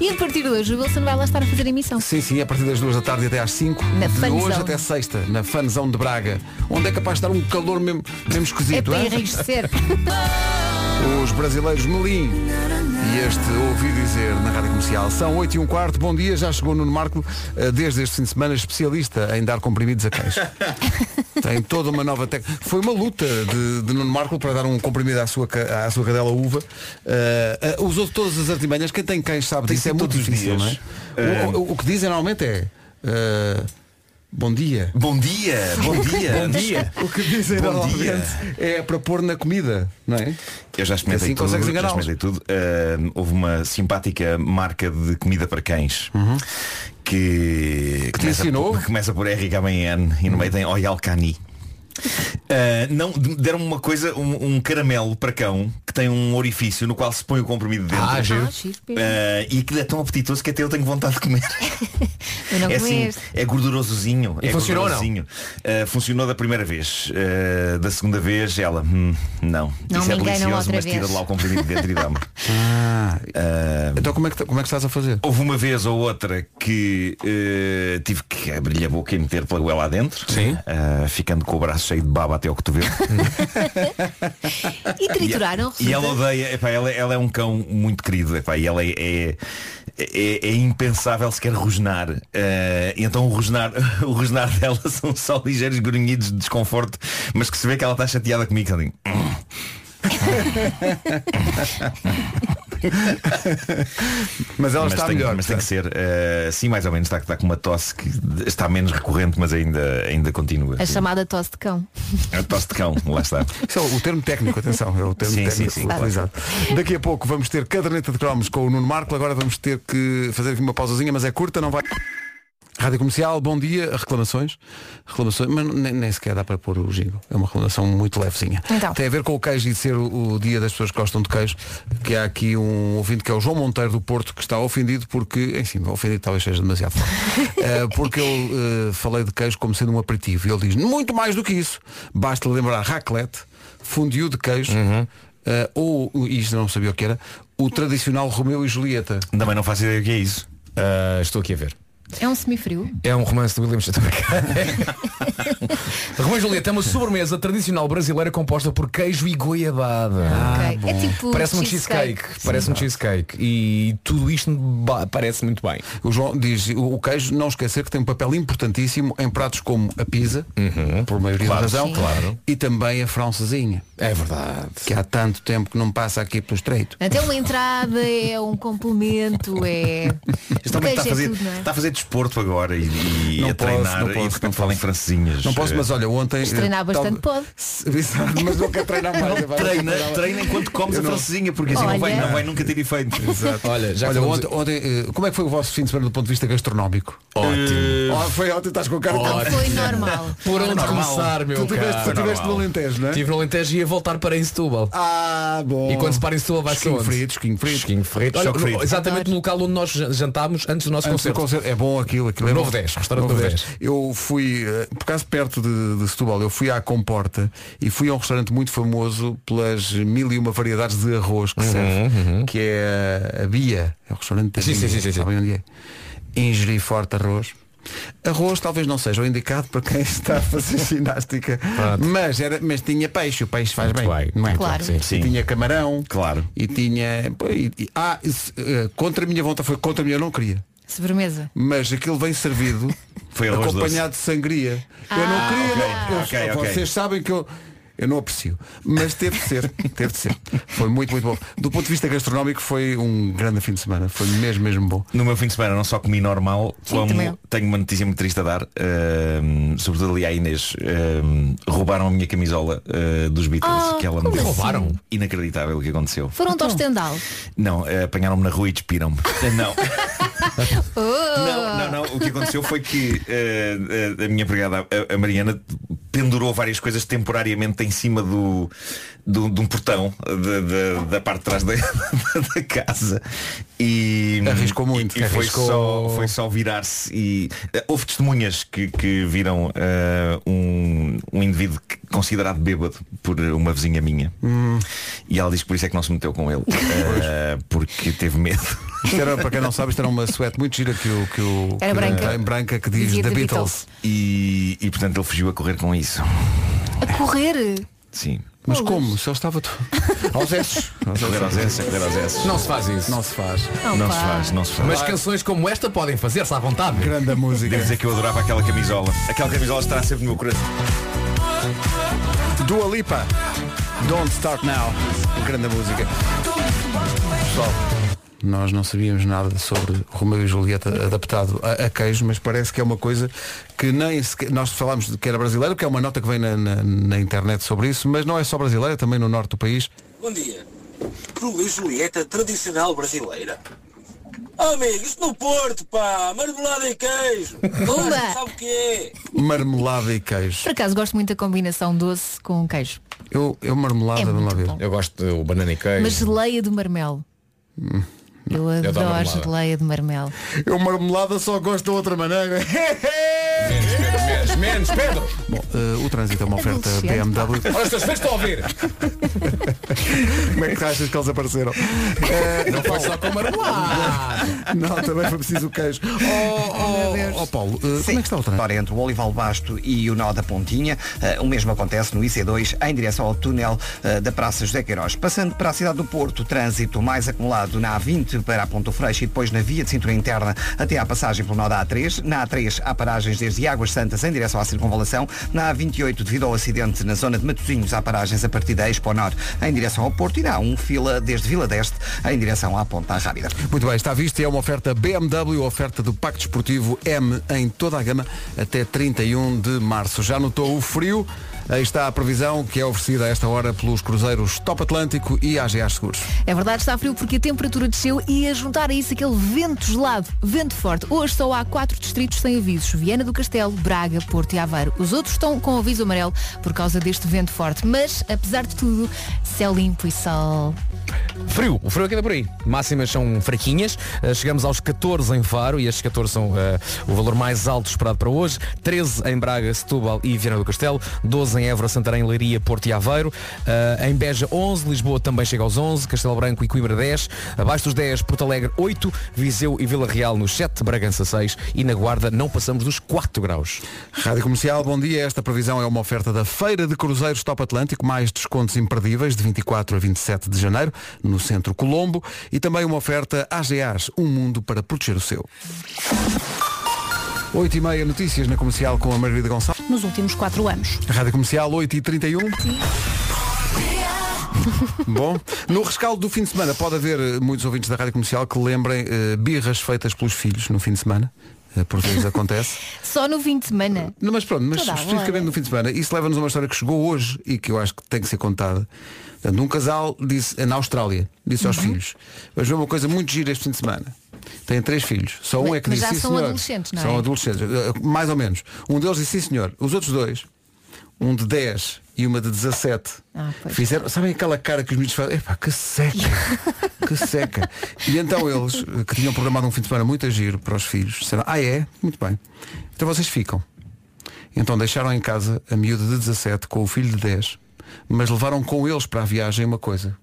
S3: E a partir de hoje, o Wilson vai lá estar a fazer emissão.
S2: Sim, sim, a partir das duas da tarde até às 5.
S3: Na
S2: de
S3: fanzão.
S2: hoje até sexta, na fanzão de Braga, onde é capaz de dar um calor mesmo, mesmo
S3: É
S2: esquisito.
S3: para
S2: hã?
S3: enriquecer.
S2: [LAUGHS] Os brasileiros Melim e este ouvi dizer na Rádio Comercial. São 8 e um quarto, bom dia, já chegou Nuno Marco, eh, desde este fim de semana, especialista em dar comprimidos a queijo. Tem toda uma nova técnica. Foi uma luta de, de Nuno Marco para dar um comprimido à sua, ca- à sua cadela uva. Eh, eh, usou todas as artimanhas, quem tem queijo sabe disso, é
S9: sido
S2: muito
S9: todos os
S2: difícil,
S9: dias.
S2: não é? O, o- o que dizem normalmente é eh, bom dia.
S9: Bom dia. Bom
S2: [LAUGHS]
S9: dia. bom dia.
S2: O que dizem
S9: Bom
S2: normalmente é para pôr na comida, não é?
S9: Eu já experimentei
S2: Assim
S9: tudo.
S2: consegues
S9: já
S2: enganá-los.
S9: experimentei tudo. Ah, houve uma simpática marca de comida para cães. Que, que
S2: ensinou?
S9: Por, começa por R e acaba em N e no meio tem Oyalcani. Ah, não, de- deram-me uma coisa, um, um caramelo para cão que tem um orifício no qual se põe o comprimido dentro.
S4: Ah, giro.
S3: Ah, giro.
S9: Ah, e aquilo é tão apetitoso que até eu tenho vontade de comer.
S3: Eu não
S9: é
S2: assim.
S3: conheço.
S9: é gordurosozinho.
S4: E
S9: é
S4: funcionou ou não?
S9: gordurosozinho. Ah, funcionou da primeira vez. Ah, da segunda vez ela, hum, não.
S10: Não
S9: Isso é
S10: me enganam
S9: delicioso,
S10: outra
S9: mas tira
S10: vez.
S9: de lá o comprimido dentro
S10: [LAUGHS]
S9: e dá-me.
S2: Então como é, que, como é que estás a fazer?
S9: Houve uma vez ou outra que eh, tive que abrir a boca e meter pela goela adentro,
S4: Sim.
S9: Eh, ficando com o braço cheio de baba até ao cotovelo.
S3: E trituraram,
S9: e
S3: resulta?
S9: ela odeia, epá, ela, ela é um cão muito querido, epá, e ela é, é, é- é impensável sequer rosnar. Eh, e então o rosnar, [LAUGHS] o rosnar dela são só ligeiros grunhidos de desconforto, mas que se vê que ela está chateada comigo. que ela diz, "Hum,
S2: [LAUGHS] Mas ela
S9: mas
S2: está
S9: tem,
S2: melhor.
S9: mas tem que ser, eh, sim, mais ou menos, está, está com uma tosse que está menos recorrente, mas ainda, ainda continua.
S3: A chamada tosse de cão.
S9: A tosse de cão, lá está.
S2: Isso é o termo técnico, atenção, é o termo
S9: Sim,
S2: técnico
S9: sim, sim,
S2: utilizado. Daqui a pouco vamos ter caderneta de cromos com o Nuno Marco, agora vamos ter que fazer aqui uma pausazinha, mas é curta, não vai. Rádio Comercial, bom dia, reclamações, reclamações, mas nem, nem sequer dá para pôr o gigo, é uma reclamação muito levezinha.
S3: Então.
S2: Tem a ver com o queijo e de ser o, o dia das pessoas que gostam de queijo, que há aqui um ouvinte que é o João Monteiro do Porto, que está ofendido porque, enfim, ofendido talvez seja demasiado forte, Eh, porque eu eh, falei de queijo como sendo um aperitivo, e ele diz, muito mais do que isso, basta lembrar raclette, fundiu de queijo, eh, ou, e isto eu não sabia o que era, o tradicional Romeu e Julieta.
S9: Também não faço ideia o que é isso.
S4: Ah, estou aqui a ver.
S3: É um semifrio.
S4: É um romance de William [LAUGHS] Shakespeare. Romeu e Julieta é uma sobremesa tradicional brasileira composta por queijo e goiabada.
S2: Ah,
S3: Ok. É tipo
S4: Parece um cheesecake, parece um cheesecake e tudo isto ba- parece muito bem.
S2: O João diz, o o queijo, não esquecer que tem um papel importantíssimo em pratos como a pizza,
S4: Uhum.
S2: por maioria da razão, claro. e também a francesinha,
S4: É verdade.
S2: que há tanto tempo que não passa aqui pelo estreito.
S3: Até uma entrada é um complemento, é.
S9: Isto também está tá
S3: Queijo
S9: a, fazer,
S3: é tudo, não é?
S9: está a fazer desporto agora e, e
S2: Não
S9: a
S2: posso,
S9: treinar
S2: não
S9: e
S2: posso,
S9: de
S2: não
S9: repente fala em francesinhas.
S2: Não posso, mas olha, ontem. eh,
S3: treinar bastante
S2: tal-
S3: pode.
S2: [LAUGHS] Exato, mas não quer treinar mais. é verdade.
S9: Treina, treina enquanto comes a francesinha, porque assim não vai,
S3: Olha.
S9: não vai nunca ter
S2: [LAUGHS]
S9: efeito.
S4: Olha, já
S2: Olha,
S4: falamos-
S2: ontem, ontem, eh, como é que foi o vosso fim de semana do ponto de vista gastronómico?
S4: Ótimo.
S2: Oh, foi ontem, estás com a cara
S3: Não foi normal.
S4: Por onde
S9: normal.
S4: começar,
S2: [LAUGHS]
S4: meu
S2: Tu tiveste, tu
S4: caro?
S2: tiveste no Alentejo, não é?
S4: Estive no Alentejo e ia voltar para em Setúbal.
S2: Ah, bom.
S4: E quando se para em Setúbal vai ser
S2: Esquinho
S4: onde?
S2: frito, esquinho frito.
S4: Esquinho frito. Olha,
S9: Choque frito.
S4: no- exatamente no local onde nós jantámos antes do nosso
S2: Antes do
S4: concerto.
S2: concerto. É bom aquilo, aquilo é
S4: Novo
S2: bom.
S4: 10, restaurante Novo 10.
S2: Eu fui, eh, por acaso perto de, de Setúbal, eu fui à Comporta e fui a um restaurante muito famoso pelas mil e uma variedades de arroz que serve, que é a Bia, é o restaurante da
S4: Uhum, Sim,
S2: Bia,
S4: sim, sim, sim, sim.
S2: sabem onde é? Ingeri forte arroz. Arroz talvez não seja o indicado para quem [LAUGHS] está a fazer ginástica,
S4: Pronto.
S2: mas, era, mas tinha peixe, o peixe faz bem,
S4: Muito bem,
S2: não é?
S3: Claro.
S4: Sim,
S2: E
S9: sim.
S2: tinha camarão
S9: Claro.
S2: e tinha. pô, e- e- ah, isso, eh, contra a minha vontade foi contra a minha, eu não queria
S3: Sobremesa.
S2: mas aquilo vem servido
S9: [LAUGHS] Foi arroz
S2: acompanhado de sangria. eu não queria, não, eu-
S9: ok, ok.
S2: vocês sabem que eu eu não aprecio, mas teve de [LAUGHS] ser, teve de ser. Foi muito, muito bom. Do ponto de vista gastronómico foi um grande fim de semana, foi mesmo, mesmo bom.
S9: No meu fim de semana não só comi normal, como
S3: também eu.
S9: tenho uma notícia muito triste a dar, ehm, sobretudo ali à Inês, ehm, roubaram a minha camisola eh, dos Beatles
S3: Ah,
S9: que ela me
S3: como
S9: deu.
S3: assim? Roubaram?
S9: Inacreditável o que aconteceu.
S3: Foram então. ao estendal.
S9: Não, eh, apanharam-me na rua e
S2: [LAUGHS]
S9: despiram-me. Eh, Não. não, não, não. O que aconteceu foi que eh, eh, a minha empregada, a, a Mariana, pendurou várias coisas temporariamente em cima do, do, de um portão de- de- da parte de trás da, [LAUGHS] da casa. E,
S2: Arriscou muito,
S9: E, e foi,
S2: arriscou.
S9: só, foi só virar-se e eh, houve testemunhas que, que viram eh, um, um indivíduo que- considerado bêbado por uma vizinha minha.
S2: Hum.
S9: E ela diz que por isso é que não se meteu com
S2: [LAUGHS]
S9: ele. eh, porque teve medo.
S2: Isto era, para quem não sabe, isto era uma suéte muito gira que o que o
S3: Era
S2: que
S3: branca.
S2: era branca que diz
S3: Dizia
S2: The
S3: The
S2: Beatles.
S3: Beatles.
S9: E, e, portanto ele fugiu a correr com isso.
S3: A correr.
S9: Sim.
S2: Oh, Mas como? Só estava tu. aos esses. Aos esses.
S9: Correr aos S, correr aos S.
S4: Não se faz isso.
S2: Não se faz.
S3: Opa.
S9: Não se faz, não se faz.
S4: Mas canções como esta podem fazer-se à vontade.
S2: Grande a música.
S9: Devo dizer que eu adorava aquela camisola. Aquela camisola estará sempre no meu coração.
S2: Dua Lipa Don't Start Now Grande música Pessoal nós não sabíamos nada sobre Romeu e Julieta adaptado a, a queijo, mas parece que é uma coisa que nem sequer, nós falámos de que era brasileiro, que é uma nota que vem na, na- na internet sobre isso, mas não é só brasileira, também no norte do país.
S11: Bom dia. Cruz Julieta tradicional brasileira.
S10: Oh, amigo, isto no Porto, pá! Marmelada e queijo!
S3: Pumba!
S10: Sabe o que é?
S2: Marmelada e queijo.
S3: Por acaso gosto muito da combinação doce com queijo.
S2: Eu, eu marmelada,
S3: É
S2: vamos Ah, lá
S3: muito
S2: ver.
S3: bom.
S4: Eu gosto do banana e queijo.
S3: Mas geleia de marmelo. Eu
S4: eu adoro
S3: adoro
S4: marmelada.
S3: geleia de marmelo.
S2: Eu marmelada só gosto da outra maneira. [LAUGHS]
S4: Menos, menos, Pedro!
S2: Bom, eh, o trânsito é uma oferta
S3: Adolescente,
S2: BMW.
S4: Olha, estas vezes estão a ouvir!
S2: Como é que tu achas que eles [LAUGHS] apareceram? Eh,
S4: Não foi só com marmelada!
S2: não, também foi preciso o queijo. Oh, oh, oh, Paulo, eh, como é que está o trânsito?
S1: Ora, entre o Olival Basto e o Nó da Pontinha, eh, o mesmo acontece no IC2 em direção ao túnel eh, da Praça José Queiroz. Passando para a cidade do Porto, trânsito mais acumulado na A20 para a Ponto Freixo e depois na via de cintura interna até à passagem pelo Nó da A3. Na A3 há paragens desde Águas Santas em direção à circunvalação. Na A28, devido ao acidente na zona de Matosinhos, há paragens a partir da Expo Norte em direção ao Porto e na A1 fila desde Vila Deste em direção à Ponta Rábida.
S2: Muito bem, está visto e é uma oferta BMW, oferta do Pacto Esportivo M em toda a gama até 31 de março. Já notou o frio? Aí está a previsão que é oferecida a esta hora pelos cruzeiros Top Atlântico e AGA Seguros.
S3: É verdade, está frio porque a temperatura desceu e a juntar a isso aquele vento gelado, vento forte. Hoje só há quatro distritos sem avisos. Viana do Castelo, Braga, Porto e Aveiro. Os outros estão com aviso amarelo por causa deste vento forte. Mas, apesar de tudo, céu limpo e sol.
S4: Frio, o frio aqui anda por aí. Máximas são fraquinhas. Eh, Chegamos aos 14 em Faro e estes 14 são eh, o valor mais alto esperado para hoje. 13 em Braga, Setúbal e Viana do Castelo. 12 em Évora, Santarém, Leiria, Porto e Aveiro. Eh, em Beja, 11. Lisboa também chega aos 11. Castelo Branco e Coimbra, 10. Abaixo dos 10, Porto Alegre, 8. Viseu e Vila Real, nos 7. Bragança, 6. E na Guarda, não passamos dos 4 graus.
S2: Rádio Comercial, bom dia. Esta previsão é uma oferta da Feira de Cruzeiros Top Atlântico, mais descontos imperdíveis de 24 a 27 de janeiro, no Centro Colombo, e também uma oferta AGAs, um mundo para proteger o seu. 8 e meia notícias na comercial com a Margarida Gonçalves.
S3: Nos últimos quatro anos.
S2: Rádio Comercial 8 e 31. [LAUGHS] Bom, no rescaldo do fim de semana pode haver eh, muitos ouvintes da Rádio Comercial que lembrem eh, birras feitas pelos filhos no fim de semana. Eh, Por vezes acontece.
S3: Só no fim de semana.
S2: Não, mas pronto, mas
S3: Toda a
S2: especificamente
S3: hora.
S2: no fim de semana, isso leva-nos a uma história que chegou hoje e que eu acho que tem que ser contada. Portanto, um casal disse, na Austrália, disse
S3: Uhum.
S2: aos filhos, vamos ver uma coisa muito gira este fim de semana. Têm três filhos. Só um
S3: Mas-
S2: é que
S3: mas
S2: disse
S3: já
S2: "Sim,
S3: são
S2: senhor."
S3: adolescentes, não é?
S2: São adolescentes, eh, mais ou menos. Um deles disse sim senhor. Os outros dois, um de 10 e uma de 17,
S3: Ah, pois.
S2: fizeram, sabem aquela cara que os miúdos fazem? Epá, que seca,
S3: [LAUGHS]
S2: que seca. E então eles, eh, que tinham programado um fim de semana muito a giro para os filhos, disseram, ah é? Muito bem. Então vocês ficam. Então deixaram em casa a miúda de 17 com o filho de 10, mas levaram com eles para a viagem uma coisa,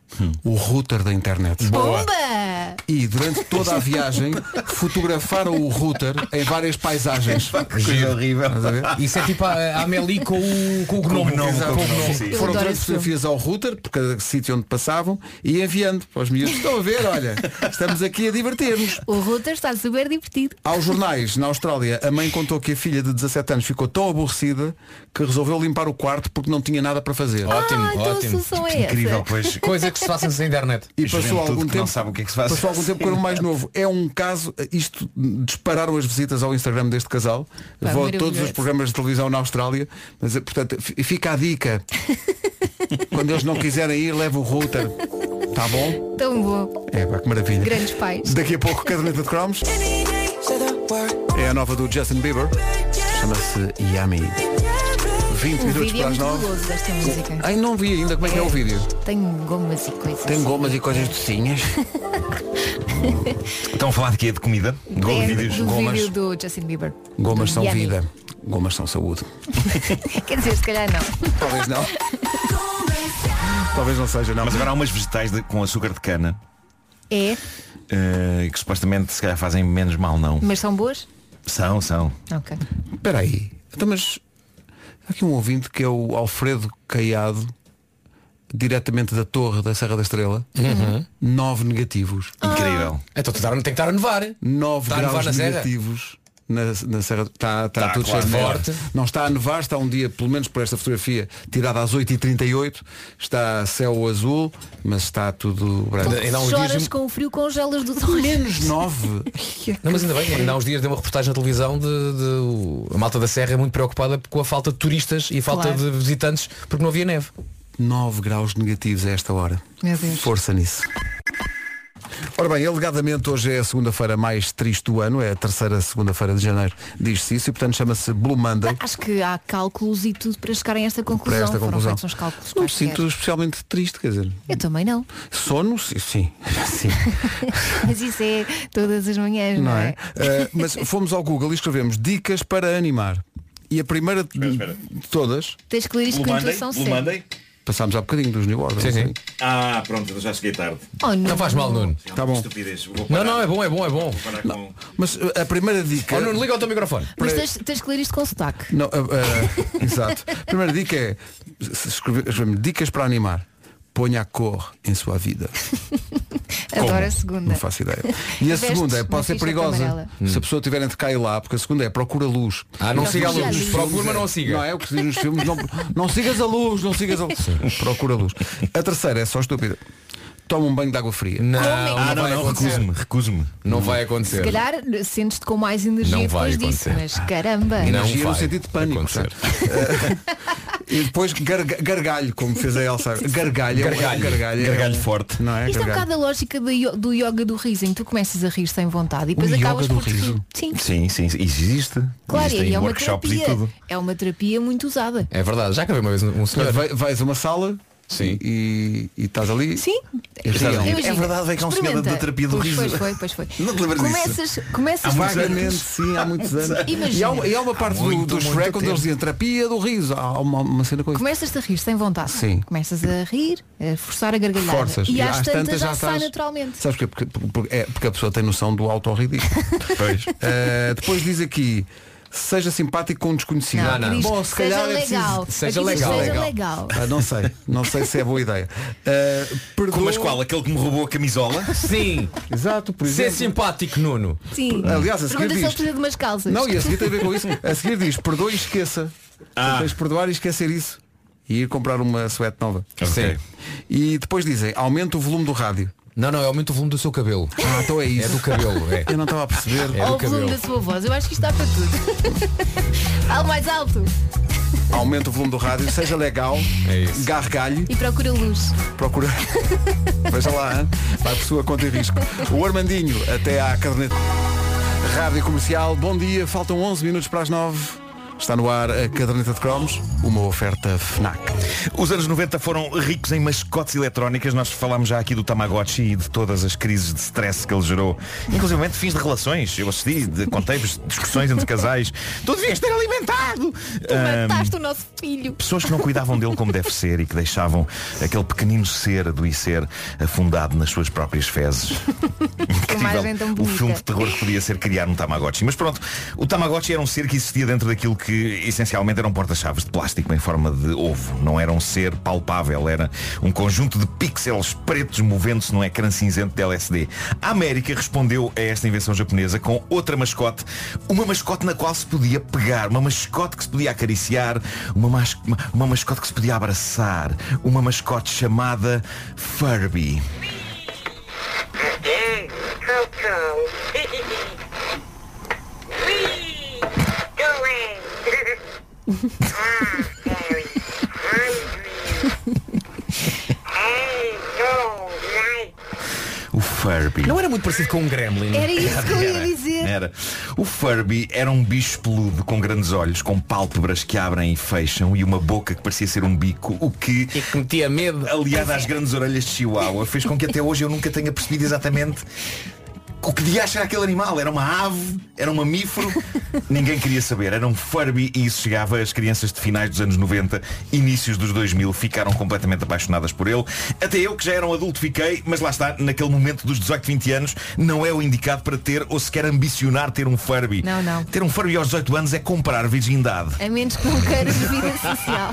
S2: o router da internet.
S3: Bomba!
S2: E durante toda a viagem fotografaram o router em várias paisagens.
S9: Coisa horrível.
S2: Estás a ver?
S4: Isso é tipo a, a Amélie com o, com o gnomo.
S9: gnomo,
S4: Exato,
S9: com o
S4: com o
S9: gnomo,
S4: gnomo.
S9: sim.
S3: Eu
S2: Foram
S3: adoro
S2: tirando
S3: esse filme.
S2: fotografias ao router, por cada sítio onde passavam, e enviando para os miúdos. Estão a ver, olha, estamos aqui a divertir-nos.
S3: O router está super divertido.
S2: Aos jornais, na Austrália, a mãe contou que a filha de 17 anos ficou tão aborrecida que resolveu limpar o quarto porque não tinha nada para fazer.
S4: Ótimo,
S3: ah, então a
S4: ótimo.
S3: solução é essa.
S9: Incrível, pois.
S4: Coisa que se faça sem internet.
S2: E passou
S9: Juventude
S2: algum
S9: que não
S2: tempo.
S9: sabe o que é que se faz.
S2: Passou algum tempo com o mais novo. É um caso, isto dispararam as visitas ao Instagram deste casal.
S3: Pá,
S2: Vou a
S3: maravilhoso.
S2: todos os programas de televisão na Austrália. Mas, portanto, f- fica
S3: [LAUGHS]
S2: a dica. Quando eles não quiserem ir, leva o router. Tá bom?
S3: Tão bom.
S2: É, pá, que maravilha.
S3: Grandes pais.
S2: Daqui a pouco, caderneta de cromos. É a nova do Justin Bieber. Chama-se Yummy. 20
S3: O
S2: minutos
S3: vídeo
S2: para
S3: é
S2: as
S3: muito
S2: 9.
S3: goloso desta música.
S2: Ai, não vi ainda como é que é o vídeo.
S3: Tem gomas e coisas.
S2: Tem gomas e coisas docinhas.
S9: Estão a falar de quê? De comida? De
S3: É
S9: vídeos?
S3: do
S2: gomas.
S3: vídeo do Justin Bieber.
S2: Gomas
S3: Do
S2: são
S3: Yummy.
S2: vida. Gomas são saúde.
S3: [LAUGHS] Quer dizer, se calhar não.
S2: Talvez não. Talvez não seja, não.
S9: Mas agora há umas vegetais de- com açúcar de cana
S3: É,
S9: eh, que supostamente se calhar fazem menos mal, não.
S3: mas são boas?
S9: São, são.
S3: Ok.
S2: Espera aí. Então, mas há aqui um ouvinte que é o Alfredo Caiado, diretamente da Torre da Serra da Estrela.
S4: Uhum.
S2: Nove negativos.
S3: Ah.
S9: Incrível.
S4: Então tu tá- tem que estar a nevar.
S2: Nove
S4: Está Tá a nevar
S2: graus
S4: na serra? Tá
S2: negativos. Na, na Serra está, está
S9: Está, claro,
S2: tudo cheio de neve.
S4: forte.
S2: Não está a nevar, está um dia, pelo menos por esta fotografia, tirada às 8h38, está céu azul, mas está tudo branco.
S4: Ainda há uns
S3: Choras
S4: dias-
S3: com o frio, congelas dos olhos.
S2: Menos 9.
S4: Não, mas ainda bem, ainda há uns dias deu uma reportagem na televisão de, de- o- a malta da Serra é muito preocupada com a falta de turistas e a falta
S3: Claro.
S4: de visitantes porque não havia neve.
S2: 9 graus negativos a esta hora.
S3: Meu Deus.
S2: Força nisso. Ora bem, alegadamente hoje é a segunda-feira mais triste do ano, é a terceira segunda-feira de janeiro, diz-se isso, e portanto chama-se Blue Monday.
S3: Acho que há cálculos e tudo para chegarem a esta conclusão.
S2: esta
S3: Foram
S2: conclusão.
S3: feitos uns cálculos
S2: Não me
S3: quaisquer.
S2: sinto especialmente triste, quer dizer.
S3: Eu também não.
S2: Sono, sim, sim. [LAUGHS] sim.
S3: Mas isso é todas as manhãs, não,
S2: Não é? Ah, mas fomos ao Google e escrevemos dicas para animar. E a primeira de de todas.
S3: Tens que ler isto com intuição sempre.
S2: Passámos há bocadinho dos New é? Order.
S4: Sim, sim.
S9: Ah, pronto, eu já cheguei tarde. É
S3: Oh, Nuno.
S4: Não faz mal, Nuno.
S2: Tá bom.
S9: Estupidez. Vou
S4: Não,
S9: parar,
S4: não, é bom, é bom, é bom.
S9: vou parar com...
S2: Mas ah, a primeira dica.
S4: Oh, Nuno, liga o teu microfone.
S3: Mas tens, tens que ler isto com sotaque.
S2: Não, ah, ah, [LAUGHS] exato. A primeira dica é se escreve- escrevemos dicas para animar. Ponha a cor em sua vida.
S3: Adoro a segunda.
S2: Não faço ideia. E a
S3: Veste
S2: segunda é,
S3: uma
S2: pode ser
S3: ficha
S2: perigosa.
S3: amarela.
S2: Se a pessoa tiver entre cá e lá, porque a segunda é procura luz.
S4: Ah, não
S3: Eu
S4: siga a
S3: já
S4: luz.
S3: li.
S4: Procura, mas não a siga.
S2: Não é o que se diz nos filmes, não, não sigas a luz, não sigas a luz. Procura luz. A terceira é só estúpida. Toma um banho de água fria.
S4: Não,
S9: Ah, não,
S4: vai
S9: não,
S4: acontecer.
S9: recuso-me, recuso-me.
S4: Não vai acontecer.
S3: Se calhar sentes-te com mais energia
S4: Não vai
S3: depois disso, mas
S4: acontecer.
S3: caramba.
S4: Não é
S2: Energia no
S4: vai
S2: sentido de pânico.
S4: acontecer.
S2: sabe? e depois garga- gargalho, como fez a Elsa. Gargalho. é um-
S4: Gargalho.
S2: Gargalho, é um-
S9: Gargalho forte.
S2: Não é?
S3: Isto é um
S2: Gargalho.
S3: bocado a lógica do, io- do yoga do riso, em que tu começas a rir sem vontade e depois
S2: O yoga
S3: acabas
S2: do
S3: por te rir.
S2: riso?
S3: Sim,
S9: Sim, sim, isso existe.
S3: claro,
S9: Existem
S3: e é uma
S9: workshops
S3: terapia.
S9: e tudo.
S3: É uma terapia muito usada.
S4: É verdade, já acabei uma vez um senhor.
S2: Portanto, vai- vais a uma sala
S4: Sim.
S2: e, e estás ali.
S3: Sim.
S2: Estás a rir.
S3: Imagina,
S9: É verdade, veio cá um senhor da- da
S3: experimenta.
S9: terapia do
S3: Pois
S9: riso.
S3: Pois foi, pois foi.
S9: Não te lembras disso?
S3: começas, Começas
S2: Vagamente,
S3: pequenos.
S2: sim, há muitos anos.
S3: Imagina.
S2: E há, uma- e há uma parte do-
S9: muito,
S2: do
S9: muito
S2: Shrek onde
S9: tempo.
S2: eles dizem terapia do riso. Há uma, uma cena com isso.
S3: Começas a rir sem vontade.
S2: Sim.
S3: Começas a rir, a forçar a gargalhada.
S2: Forças.
S3: é? E às tantas, já sai
S2: estás-
S3: naturalmente.
S2: Sabes porquê? Porque, porque- porque- é, porque a pessoa tem noção do autorridículo.
S9: Pois.
S2: Eh, depois diz aqui, seja simpático com um desconhecido.
S4: Não, não.
S3: diz,
S2: Bom, se calhar
S3: seja
S2: é preciso-
S3: legal.
S4: seja
S3: Aqui diz,
S4: legal.
S3: Seja
S4: Legal.
S3: legal.
S2: Ah, não sei, não sei se é boa ideia. Eh, perdoa...
S9: Mas qual? Aquele
S2: um
S9: que me roubou a camisola?
S4: Sim,
S2: Exato, por
S4: ser
S2: exemplo.
S4: simpático, Nuno.
S3: Sim.
S2: Aliás,
S3: Pergunta
S2: a seguir
S3: se ele
S2: diz-
S3: precisa de umas calças.
S2: Não, e é a seguir tem a ver com isso. A seguir diz, perdoa e esqueça. Ah. Tens de perdoar e esquecer isso. E ir comprar uma suéte nova.
S9: Ok.
S4: Sim.
S2: E depois dizem, aumenta o volume do rádio.
S4: Não, não, é aumenta o volume do seu cabelo.
S2: Ah, então é
S4: É
S2: isso.
S4: do cabelo,
S2: [LAUGHS] Eu não
S4: é.
S2: estava a perceber.
S4: É do
S3: Ao volume
S4: cabelo.
S3: da sua voz. Eu acho que isto dá para tudo. [LAUGHS] Ao mais alto.
S2: Aumenta o volume do rádio, seja legal,
S4: É isso.
S2: gargalhe,
S3: E procura luz.
S2: procura. [LAUGHS] Veja lá, hein? vai por sua conta e risco. O Armandinho até à caderneta. Rádio Comercial, bom dia, faltam 11 minutos para as 9. Está no ar a caderneta de cromos, uma oferta FNAC.
S9: Os anos 90 foram ricos em mascotes eletrónicas. Nós falámos já aqui do Tamagotchi e de todas as crises de stress que ele gerou. Inclusive fins de relações. Eu assisti, de- contei-vos discussões entre casais. Tu devias ter alimentado!
S3: Tu
S9: Ahm,
S3: mataste o nosso filho.
S9: Pessoas que não cuidavam dele como deve ser e que deixavam aquele pequenino ser adoecer afundado nas suas próprias fezes.
S3: imagem tão
S9: o
S3: bonita.
S9: filme de terror que podia ser criar um Tamagotchi. Mas pronto, o Tamagotchi era um ser que existia dentro daquilo que essencialmente eram porta-chaves de plástico em forma de ovo. Não era um ser palpável, era um conjunto de pixels pretos movendo-se num ecrã cinzento de LSD. A América respondeu a esta invenção japonesa com outra mascote, uma mascote na qual se podia pegar, uma mascote que se podia acariciar, uma, mas- uma- uma mascote que se podia abraçar, uma mascote chamada Furby. O Furby.
S4: Não era muito parecido com um gremlin.
S3: Era isso que eu ia
S9: Era,
S3: dizer.
S9: é? era. O Furby era um bicho peludo com grandes olhos, com pálpebras que abrem e fecham e uma boca que parecia ser um bico, o que,
S4: E que metia medo.
S3: é.
S9: aliado às grandes orelhas de Chihuahua, fez com que até hoje eu nunca tenha percebido exatamente o que diacho era aquele animal. Era uma ave, era um
S3: [LAUGHS]
S9: mamífero, ninguém queria saber. Era um Furby e isso chegava às crianças de finais dos anos 90, inícios dos 2000, ficaram completamente apaixonadas por ele. Até eu, que já era um adulto, fiquei, mas lá está, naquele momento dos 18, 20 anos, não é o indicado para ter ou sequer ambicionar ter um Furby.
S3: Não, não.
S9: Ter um Furby aos 18 anos é comprar virgindade.
S3: A menos que não queiras vida
S9: [LAUGHS]
S3: social.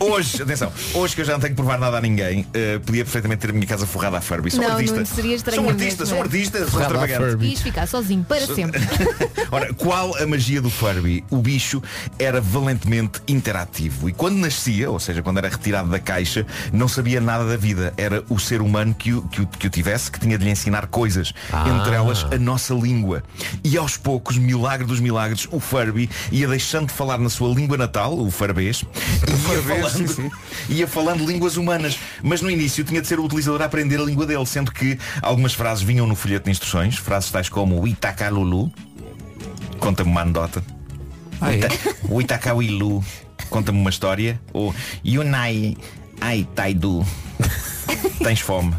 S9: Hoje, atenção, hoje que eu já não tenho que provar nada a ninguém, eh, podia perfeitamente ter a minha casa forrada a Furby. Sou
S3: Não,
S9: artista.
S3: Nuno, seria estranho
S9: sou um artista,
S3: mesmo,
S9: sou
S3: é.
S9: artista, sou
S4: Forrada a
S9: extravagante.
S4: Furby.
S3: E ias ficar sozinho para sempre.
S9: [LAUGHS] Ora, qual a magia do Furby? O bicho era valentemente interativo e quando nascia, ou seja, quando era retirado da caixa, não sabia nada da vida. Era o ser humano que o, que o, que o tivesse que tinha de lhe ensinar coisas, entre elas a nossa língua. E aos poucos, milagre dos milagres, o Furby ia deixando de falar na sua língua natal, o farbês, ia falando, ia falando línguas humanas. Mas no início tinha de ser o utilizador a aprender a língua dele, sendo que algumas frases vinham no folheto de instruções, frases tais como Itacalulu, conta-me uma anedota.
S2: Ah, é?
S9: Ita- O Itacawilu, conta-me uma história. Ou Yunai Aitaidu, tens
S2: [LAUGHS]
S9: fome.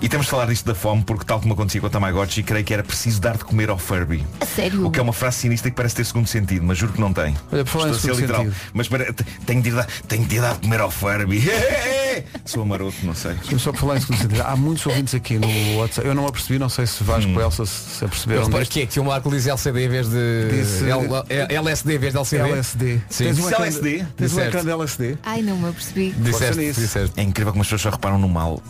S9: E temos de falar disto da fome porque tal como acontecia com o Tamagotchi Creio que era preciso dar de comer ao Furby
S3: A sério?
S9: O que é uma frase sinistra que parece ter segundo sentido Mas juro que não tem
S2: Olha, por falar em
S9: Estou a ser
S2: segundo
S9: literal
S2: sentido.
S9: Mas pera- t- tenho de, ir dar, tenho de ir dar de comer ao
S2: [LAUGHS]
S9: Furby [LAUGHS] Sou maroto, não sei
S2: Deixa-me Só por falar em segundo sentido. Há muitos ouvintes aqui no WhatsApp. Eu não apercebi, não sei se Vasco ou Elsa se se aperceberam.
S4: Repara
S2: disto.
S4: que é que o Marco diz LCD em vez de
S2: Disse-
S4: L- é, L- LSD em vez de LCD.
S2: LSD.
S4: Sim. é
S2: Tens um
S9: Disse
S2: ecrã-
S9: LSD?
S2: Tens um
S4: Disseste.
S2: ecrã de LSD?
S3: Ai, não me apercebi.
S2: Força
S4: Disseste,
S2: nisso.
S4: disseste.
S9: É incrível como as pessoas só reparam no mal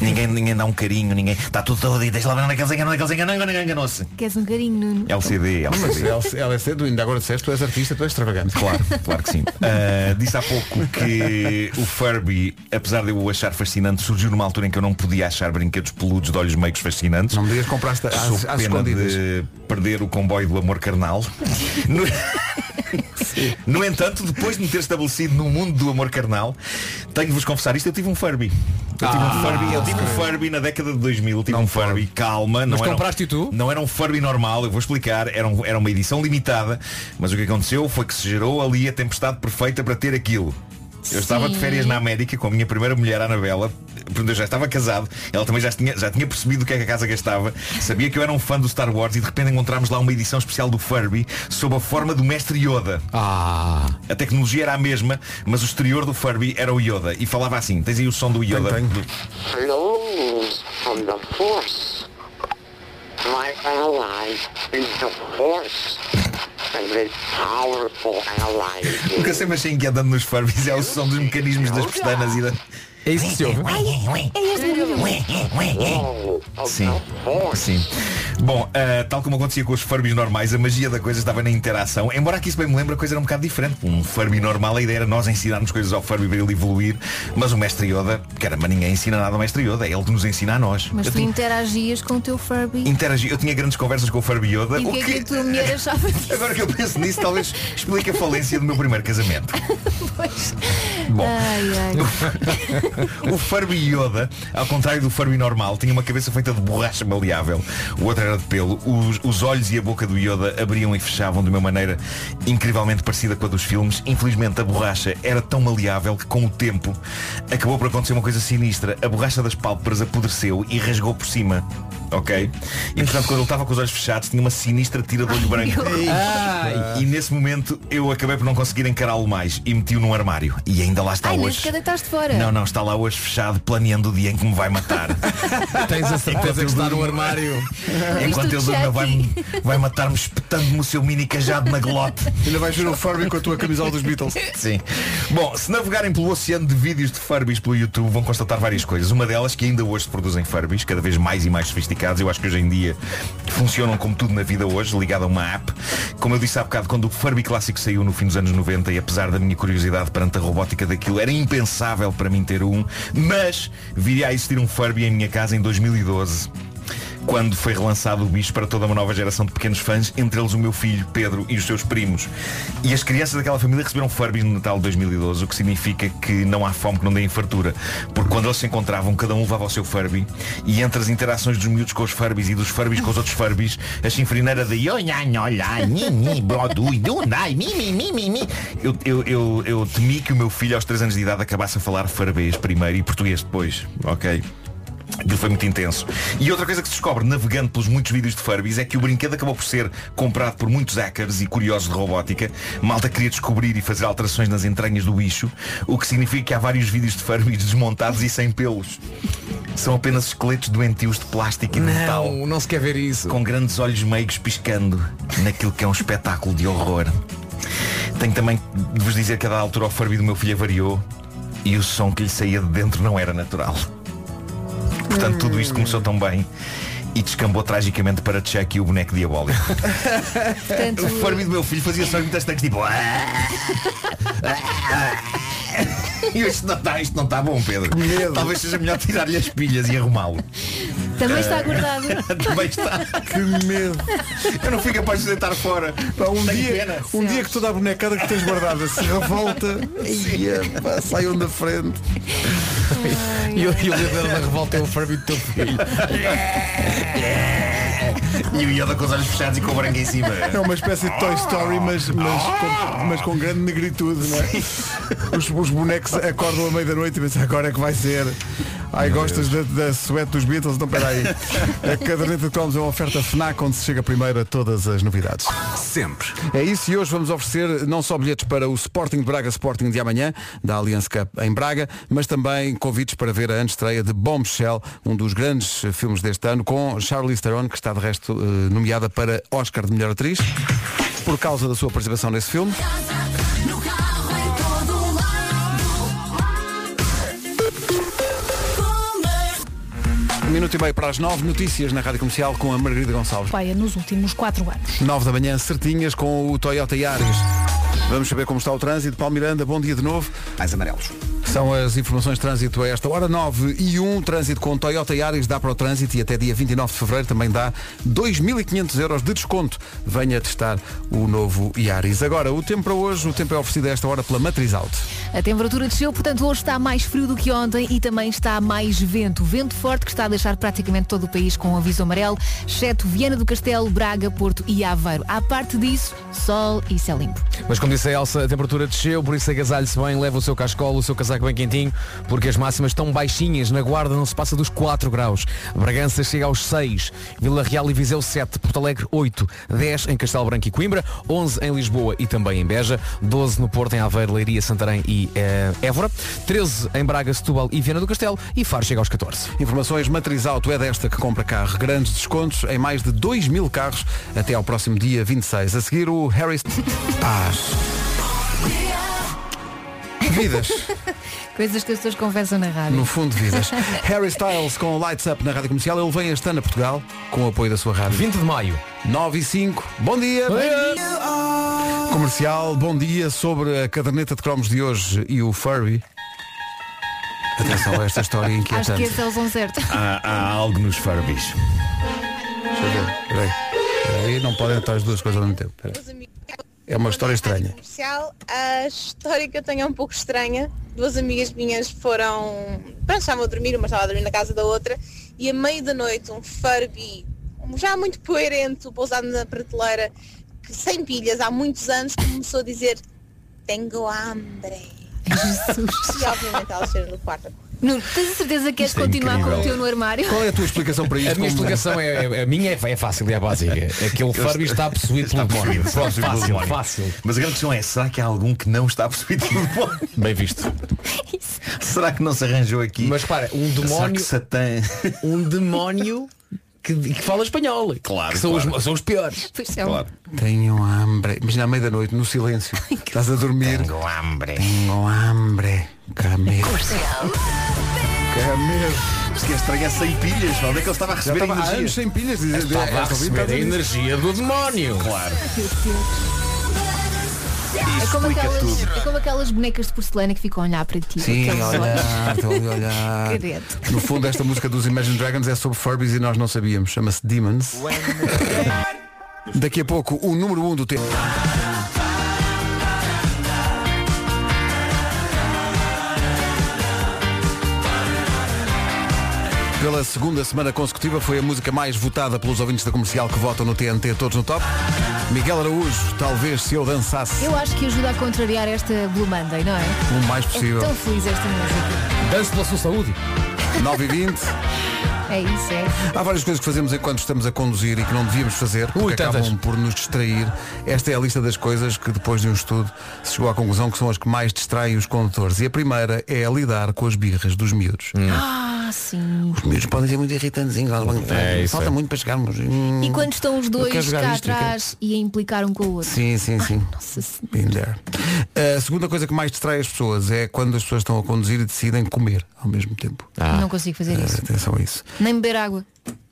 S9: ninguém, ninguém dá um carinho ninguém Está tudo todo e deixa lá ver é naqueles enganou Naqueles enganou, enganou, enganou-se
S3: Queres um carinho,
S9: É
S3: Nuno?
S9: LCD,
S2: Mas
S9: LCD
S2: LSD, tu ainda agora disseste, tu és artista, tu és extravagante.
S9: Claro, claro que sim. Ah, disse há pouco que o Furby, apesar de eu o achar fascinante, surgiu numa altura em que eu não podia achar brinquedos peludos de olhos meigos fascinantes.
S2: Não me digas que compraste
S9: Sou
S2: às, às
S9: pena
S2: escondidas.
S9: de perder o comboio do amor
S2: [LAUGHS]
S9: carnal. No... No entanto, depois de me ter estabelecido no mundo do amor carnal, tenho de vos confessar isto, eu tive um Furby. Eu tive
S4: Ah,
S9: um Furby, eu tive um Furby na década de 2000, tive um Furby, calma, não
S4: Mas
S9: era um-
S4: compraste-o tu?
S9: não era um Furby normal, eu vou explicar, era, um- era uma edição limitada, mas o que aconteceu foi que se gerou ali a tempestade perfeita para ter aquilo. Eu estava de
S3: Sim.
S9: férias na América com a minha primeira mulher, a Anabela. Portanto, eu já estava casado, ela também já tinha, já tinha percebido o que é que a casa gastava, sabia que eu era um fã do Star Wars e de repente encontramos lá uma edição especial do Furby sob a forma do mestre Yoda.
S4: Ah,
S9: A tecnologia era a mesma, mas o exterior do Furby era o Yoda. E falava assim, tens aí o som do Yoda.
S2: Tenho,
S11: Hello from the force. My ally is the force. And a powerful ally.
S9: O que eu sempre achei inquietante nos Furbies é o som dos mecanismos das pestanas e da.
S4: é isso que se ouve.
S9: Sim. Sim. Bom, ah, tal como acontecia com os Furbies normais, a magia da coisa estava na interação. Embora aqui isso bem me lembra, a coisa era um bocado diferente. Um Furby normal, a ideia era nós ensinarmos coisas ao Furby para ele evoluir. Mas o Mestre Yoda, caramba, ninguém ensina nada ao Mestre Yoda. É ele que nos ensina a nós.
S3: Mas
S9: um- eu
S3: tu
S9: tinha,
S3: interagias com o teu Furby.
S9: interagi, eu tinha grandes conversas com o Furby Yoda.
S3: E o que é que a tua
S9: [LAUGHS]
S3: mulher achava disso?
S9: Agora que eu penso nisso, talvez explique a falência do meu primeiro casamento.
S3: Pois.
S9: Bom,
S3: Ai, ai.
S9: o Furby Yoda, ao contrário do Furby normal, tinha uma cabeça feita de borracha maleável. O outro era de pelo. Os, os olhos e a boca do Yoda abriam e fechavam de uma maneira incrivelmente parecida com a dos filmes. Infelizmente, a borracha era tão maleável que, com o tempo, acabou por acontecer uma coisa sinistra. A borracha das pálpebras apodreceu e rasgou por cima. Ok? E portanto, quando ele estava com os olhos fechados, tinha uma sinistra tira de olho branco. E nesse momento, eu acabei por não conseguir encará-lo mais e meti-o num armário. E ainda lá está
S3: Ai, nem
S9: hoje.
S3: sequer deitaste fora.
S9: Não, não, está lá hoje fechado planeando o dia em que me vai matar.
S4: [LAUGHS] Tens a certeza que está no armário.
S2: [LAUGHS]
S9: Enquanto
S3: Isto
S9: ele
S3: do
S9: durma vai,
S3: Jackie.
S9: vai matar-me espetando-me o seu mini cajado na glote.
S2: [LAUGHS] Ainda vais ver o Furby com a tua camisola dos Beatles.
S9: Sim. Bom, se navegarem pelo oceano de vídeos de Furbies pelo YouTube, vão constatar várias coisas. Uma delas que ainda hoje se produzem Furbies, cada vez mais e mais sofisticados. Eu acho que hoje em dia funcionam como tudo na vida hoje, ligado a uma app. Como eu disse há bocado, quando o Furby clássico saiu no fim dos anos 90 e apesar da minha curiosidade perante a robótica daquilo, era impensável para mim ter um, mas viria a existir um Furby em minha casa em 2012 quando foi relançado o bicho para toda uma nova geração de pequenos fãs, entre eles o meu filho Pedro e os seus primos. E as crianças daquela família receberam Furbies no Natal de 2012, o que significa que não há fome que não deem fartura, porque quando eles se encontravam, cada um levava o seu Furby, e entre as interações dos miúdos com os Furbies e dos Furbies com os outros Furbies, a chinfrineira de "Olha, olha, ni, ni, brodui, dunai, mi, mi, mi, mi, mi." eu, eu, eu, eu temi que o meu filho aos 3 anos de idade acabasse a falar furbês primeiro e português depois, ok? Aquilo foi muito intenso. E outra coisa que se descobre navegando pelos muitos vídeos de Furbies é que o brinquedo acabou por ser comprado por muitos hackers e curiosos de robótica. Malta queria descobrir e fazer alterações nas entranhas do bicho, o que significa que há vários vídeos de Furbies [LAUGHS] desmontados e sem pelos. São apenas esqueletos doentios de plástico e de metal
S4: Não, não se quer ver isso.
S9: com grandes olhos meigos piscando naquilo que é um espetáculo de horror. Tenho também de vos dizer que a dada altura o Furby do meu filho avariou e o som que lhe saía de dentro não era natural. Portanto, tudo isto começou tão bem e descambou tragicamente para Chuck e o boneco diabólico. [LAUGHS]
S3: Portanto,
S9: O Furby do meu filho fazia sons muito estanques tipo. "Ah, ah, ah." [LAUGHS] tá, E isto não está, isto não está bom, Pedro. Talvez seja melhor tirar-lhe as pilhas e arrumá-lo.
S3: Também está
S9: Eh,
S3: guardado.
S9: Também está.
S2: Que medo.
S9: Eu não fui capaz de deitar fora.
S2: Pá, um
S9: Tenho
S2: dia,
S9: pena.
S2: um dia que toda a bonecada que tens guardada se revolta, ia, pá, saiam da frente.
S4: E o e o líder da revolta é o Furby do teu filho.
S9: E o Yoda com os olhos fechados e com o branco em cima.
S2: [LAUGHS] É uma espécie de Toy Story, mas, mas, com, mas com grande negritude, não é? Os, os bonecos acordam à meia-noite e pensam, agora é que vai ser. Ai, gostas da, da suéte dos Beatles? Então peraí. A caderneta de Cromos é uma oferta FNAC onde se chega primeiro a todas as novidades.
S6: Sempre.
S2: É isso e hoje vamos oferecer não só bilhetes para o Sporting de Braga Sporting de amanhã, da Allianz Cup em Braga, mas também convites para ver a antestreia de Bombshell, um dos grandes eh, filmes deste ano, com Charlize Theron, que está de resto eh, nomeada para Oscar de Melhor Atriz, por causa da sua participação nesse filme. Um Minuto e meio para as nove, notícias na Rádio Comercial com a Margarida Gonçalves.
S12: Europeia nos últimos quatro anos.
S2: 9 da manhã, certinhas com o Toyota Yaris. Vamos saber como está o trânsito. Paulo Miranda, bom dia de novo.
S1: Mais amarelos.
S2: São as informações de trânsito a esta hora 9 e 1, trânsito com Toyota Yaris dá para o trânsito e até dia 29 de fevereiro também dá 2.500 euros de desconto. Venha testar o novo Yaris. Agora, o tempo para hoje, o tempo é oferecido a esta hora pela Matriz Alto.
S3: A temperatura desceu, portanto hoje está mais frio do que ontem e também está mais vento. Vento forte que está a deixar praticamente todo o país com um aviso amarelo, exceto Viana do Castelo, Braga, Porto e Aveiro. À parte disso, sol e céu limpo.
S4: Mas como disse a Elsa, a temperatura desceu, por isso agasalhe-se bem, leva o seu cascolo, o seu casaco bem quentinho, porque as máximas estão baixinhas, na guarda não se passa dos 4 graus. Bragança chega aos 6, Vila Real e Viseu 7, Porto Alegre 8, 10 em Castelo Branco e Coimbra, 11 em Lisboa e também em Beja, 12 no Porto, em Aveiro, Leiria, Santarém e eh, Évora, 13 em Braga, Setúbal e Viana do Castelo e Faro chega aos 14.
S2: Informações Matriz Auto é desta que compra carro. Grandes descontos em mais de 2 mil carros até ao próximo dia 26. A seguir o Harris Paz. Vidas.
S3: Coisas que as pessoas confessam na rádio.
S2: No fundo, vidas. Harry Styles com o Lights Up na Rádio Comercial. Ele vem este ano a Portugal com o apoio da sua rádio.
S4: 20 de maio.
S2: 9 e 5. Bom dia.
S4: Bom dia.
S2: Comercial, bom dia sobre a caderneta de cromos de hoje e o Furby. Atenção a esta história
S3: Acho que
S2: inquietante.
S3: esse é o som certo.
S9: Há, há algo nos Furbies.
S2: Deixa eu ver. Peraí. Peraí, não podem estar as duas coisas ao mesmo tempo. Peraí. É uma história estranha.
S13: comercial, a história que eu tenho é um pouco estranha. Duas amigas minhas foram. Pronto, estavam a dormir, uma estava a dormir na casa da outra e a meio da noite um Furby, um já muito poerento, pousado na prateleira, que sem pilhas há muitos anos, começou a dizer Tengo hambre. Jesus. E obviamente elas saíram do quarto.
S3: [LAUGHS] Nuno, tens a certeza que queres
S4: Isto é
S3: continuar com o
S4: incrível.
S3: teu no armário? [LAUGHS]
S2: é a tua explicação para
S4: A
S2: isto?
S4: minha
S2: Como-
S4: explicação é, é- a minha é, é fácil e é básica. É que o Furby está possuído pelo demónio.
S9: Possuído,
S4: Pronto,
S9: possuído pelo
S4: Fácil,
S9: demónio.
S4: fácil.
S9: Mas a grande questão é, será que há algum que não está possuído pelo demónio?
S4: Bem visto.
S9: Será que não se arranjou aqui?
S4: Mas para, um
S9: Será que
S4: demónio-
S9: Satã...
S4: [LAUGHS] Um demónio que, que fala espanhol.
S9: Claro,
S4: Que são,
S9: claro.
S4: Os, são os piores.
S3: é.
S2: Tenho hambre. Imagina à meia-noite, no silêncio. Estás a dormir. Tenho hambre. Tenho hambre. Camelo. Camelo.
S9: Isto que é estranho é sem pilhas. Onde é que ele estava a
S2: Já
S9: receber
S2: estava há
S9: energia?
S2: anos sem pilhas. diz-
S4: Estava
S2: esta
S4: a receber
S2: ouvinte
S4: a
S2: está dizer-
S4: energia do demónio.
S9: Claro.
S3: É como,
S9: Explica
S3: aquelas,
S9: tudo.
S3: é como aquelas bonecas de porcelana que ficam a olhar para ti.
S2: Sim,
S3: aqueles
S2: olha,
S3: olhos. [LAUGHS]
S2: estou ali a olhar.
S3: Credo.
S2: No fundo, esta música dos Imagine Dragons é sobre Furbies e nós não sabíamos. Chama-se Demons. Daqui a pouco, o número 1 um do tempo. Pela segunda semana consecutiva foi a música mais votada pelos ouvintes da comercial que votam no TNT Todos no Top. Miguel Araújo, talvez se eu dançasse
S3: Eu acho que ajuda a contrariar esta Blue Monday, não é?
S2: o mais
S3: É [LAUGHS]
S2: possível.
S3: tão feliz esta música.
S4: Dance pela sua saúde.
S2: 9 e 20
S3: É isso, é.
S2: Há várias coisas que fazemos enquanto estamos a conduzir e que não devíamos fazer, porque
S4: Ui,
S2: acabam
S4: tantas.
S2: por nos distrair. Esta é a lista das coisas que, depois de um estudo, se chegou à conclusão que são as que mais distraem os condutores. E a primeira é a lidar com as birras dos miúdos.
S4: Hum.
S3: Ah, sim.
S2: Os miúdos podem ser muito irritantes.
S4: É, isso
S2: Falta
S4: é.
S2: muito para chegarmos. Hum,
S3: E quando estão os
S2: eu quero
S3: dois
S2: jogar
S3: cá
S2: isto, eu quero-
S3: atrás e a implicar um com o outro?
S2: Sim, sim, sim.
S3: Nossa Senhora.
S2: Been there. A segunda coisa que mais distrai as pessoas é quando as pessoas estão a conduzir e decidem comer ao mesmo tempo.
S4: Ah,
S2: Eh,
S3: Não consigo fazer isso.
S2: Atenção a isso.
S3: Nem beber água.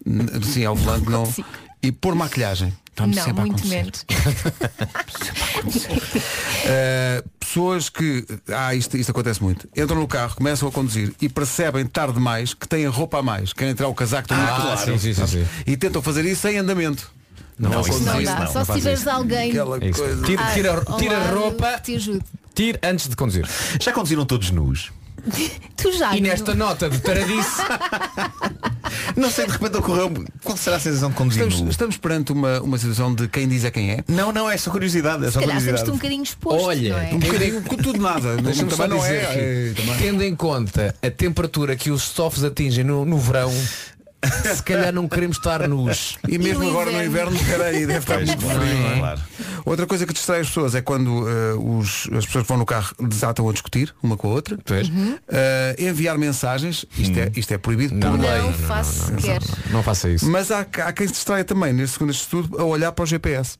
S2: N- Sim, é ao volante não.
S3: consigo.
S2: E pôr maquilhagem. Está-me
S3: não,
S2: sempre a
S3: muito
S2: acontecer.
S3: menos.
S2: Uh, pessoas que, ah, isto, isto acontece muito, entram no carro, começam a conduzir e percebem tarde demais que têm roupa a mais, querem tirar o casaco do
S4: Ah,
S2: outro lado.
S4: sim, sim, sim, sim.
S2: E tentam fazer isso em andamento.
S4: Não,
S2: ao
S4: isso não
S2: conduzir.
S4: dá. Não,
S3: Só
S4: não
S3: se
S4: faz
S3: tiveres
S4: isso.
S3: alguém.
S2: Aquela
S4: É isso.
S2: coisa-
S4: Tira,
S3: Ah,
S4: tira,
S3: ao
S4: tira a
S3: lado
S4: roupa,
S3: que Te ajude.
S4: tire antes de conduzir.
S9: Já conduziram todos nus?
S3: Tu já.
S4: E nesta nota de
S2: [LAUGHS]
S4: taradice,
S9: Não sei, de repente ocorreu Qual será a sensação de conduzir
S2: Estamos,
S9: nu?
S2: estamos perante uma, uma situação de quem diz é quem é?
S9: Não, não, é só curiosidade. É
S3: Se
S9: só
S3: calhar estamos
S9: curiosidade.
S3: te um bocadinho exposto. não é?
S2: um bocadinho, com tudo nada. Não,
S4: deixa-me só
S2: também não
S4: dizer,
S2: é. é,
S4: que,
S2: também-
S4: tendo em conta a temperatura que os softs atingem no,
S2: [LAUGHS]
S4: no verão, se calhar não queremos estar nus.
S2: E mesmo
S3: E no
S2: agora
S3: inverno?
S2: no inverno, peraí, deve estar
S9: Pois,
S2: muito
S9: claro,
S2: frio. não é?
S9: claro.
S2: Outra coisa que distrai as pessoas é quando eh, os- as pessoas que vão no carro desatam a discutir uma com a outra.
S4: Pois. Hum.
S2: Eh, enviar mensagens, isto, é, isto é proibido por lei.
S3: Não faço sequer.
S4: Não faça isso.
S2: Mas há, há quem se distraia também, neste segundo estudo, a olhar para o GPS.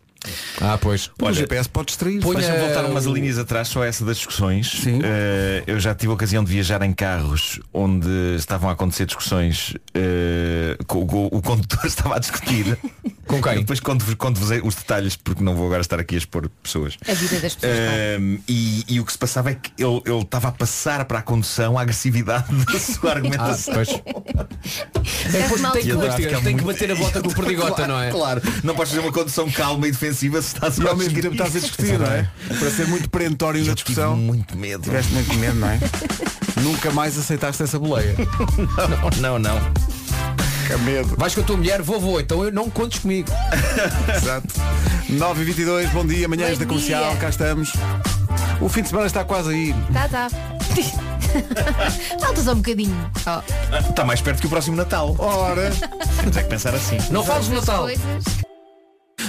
S4: Ah, pois.
S2: o
S9: Olha,
S2: GPS pode distrair.
S4: põe-
S9: Deixa-me
S4: Olha,
S9: voltar umas
S4: o-
S9: linhas atrás, só essa das discussões.
S2: Eh, Sim.
S9: Eh, eu já tive a ocasião de viajar em carros onde estavam a acontecer discussões. eh, co- co- o condutor [LAUGHS] estava a
S2: [LAUGHS]
S9: discutir.
S4: Com quem?
S9: Eu Depois conto-vos conto os detalhes, porque não vou agora estar aqui a expor pessoas.
S3: A vida das pessoas,
S9: Eh, e, e o que se passava é que ele, ele estava a passar para a condução a agressividade da sua
S4: Ah,
S9: argumentação.
S4: pois. É, depois
S3: mal
S4: tem, que-
S3: com-
S4: depois tem-
S9: Fica
S4: tem que
S9: muito-
S4: bater a bota com o perdigota,
S9: Claro,
S4: não é?
S9: Claro, não podes fazer uma condução calma e defensiva se estás
S2: E
S9: a
S2: ao mesmo tempo Ah. estás a discutir, não é? Para ser muito perentório na
S9: Eu tive
S2: discussão.
S9: muito medo.
S2: Tiveste muito medo, não é? Nunca mais aceitaste essa boleia.
S9: Não, não.
S2: Que medo.
S4: Vais com a tua mulher, vou, vou, então eu não contes comigo.
S2: Exato. 9 e 22 bom dia, manhãs
S3: Bom
S2: da comercial,
S3: dia.
S2: cá estamos. O fim de semana está quase aí.
S3: Tá, tá. [LAUGHS] Faltas um bocadinho.
S2: Ah,
S3: Ó,
S9: Está Tá mais perto que o próximo Natal.
S2: Ora,
S9: [LAUGHS] Temos é que pensar assim.
S4: Não fales no Natal.
S3: coisas.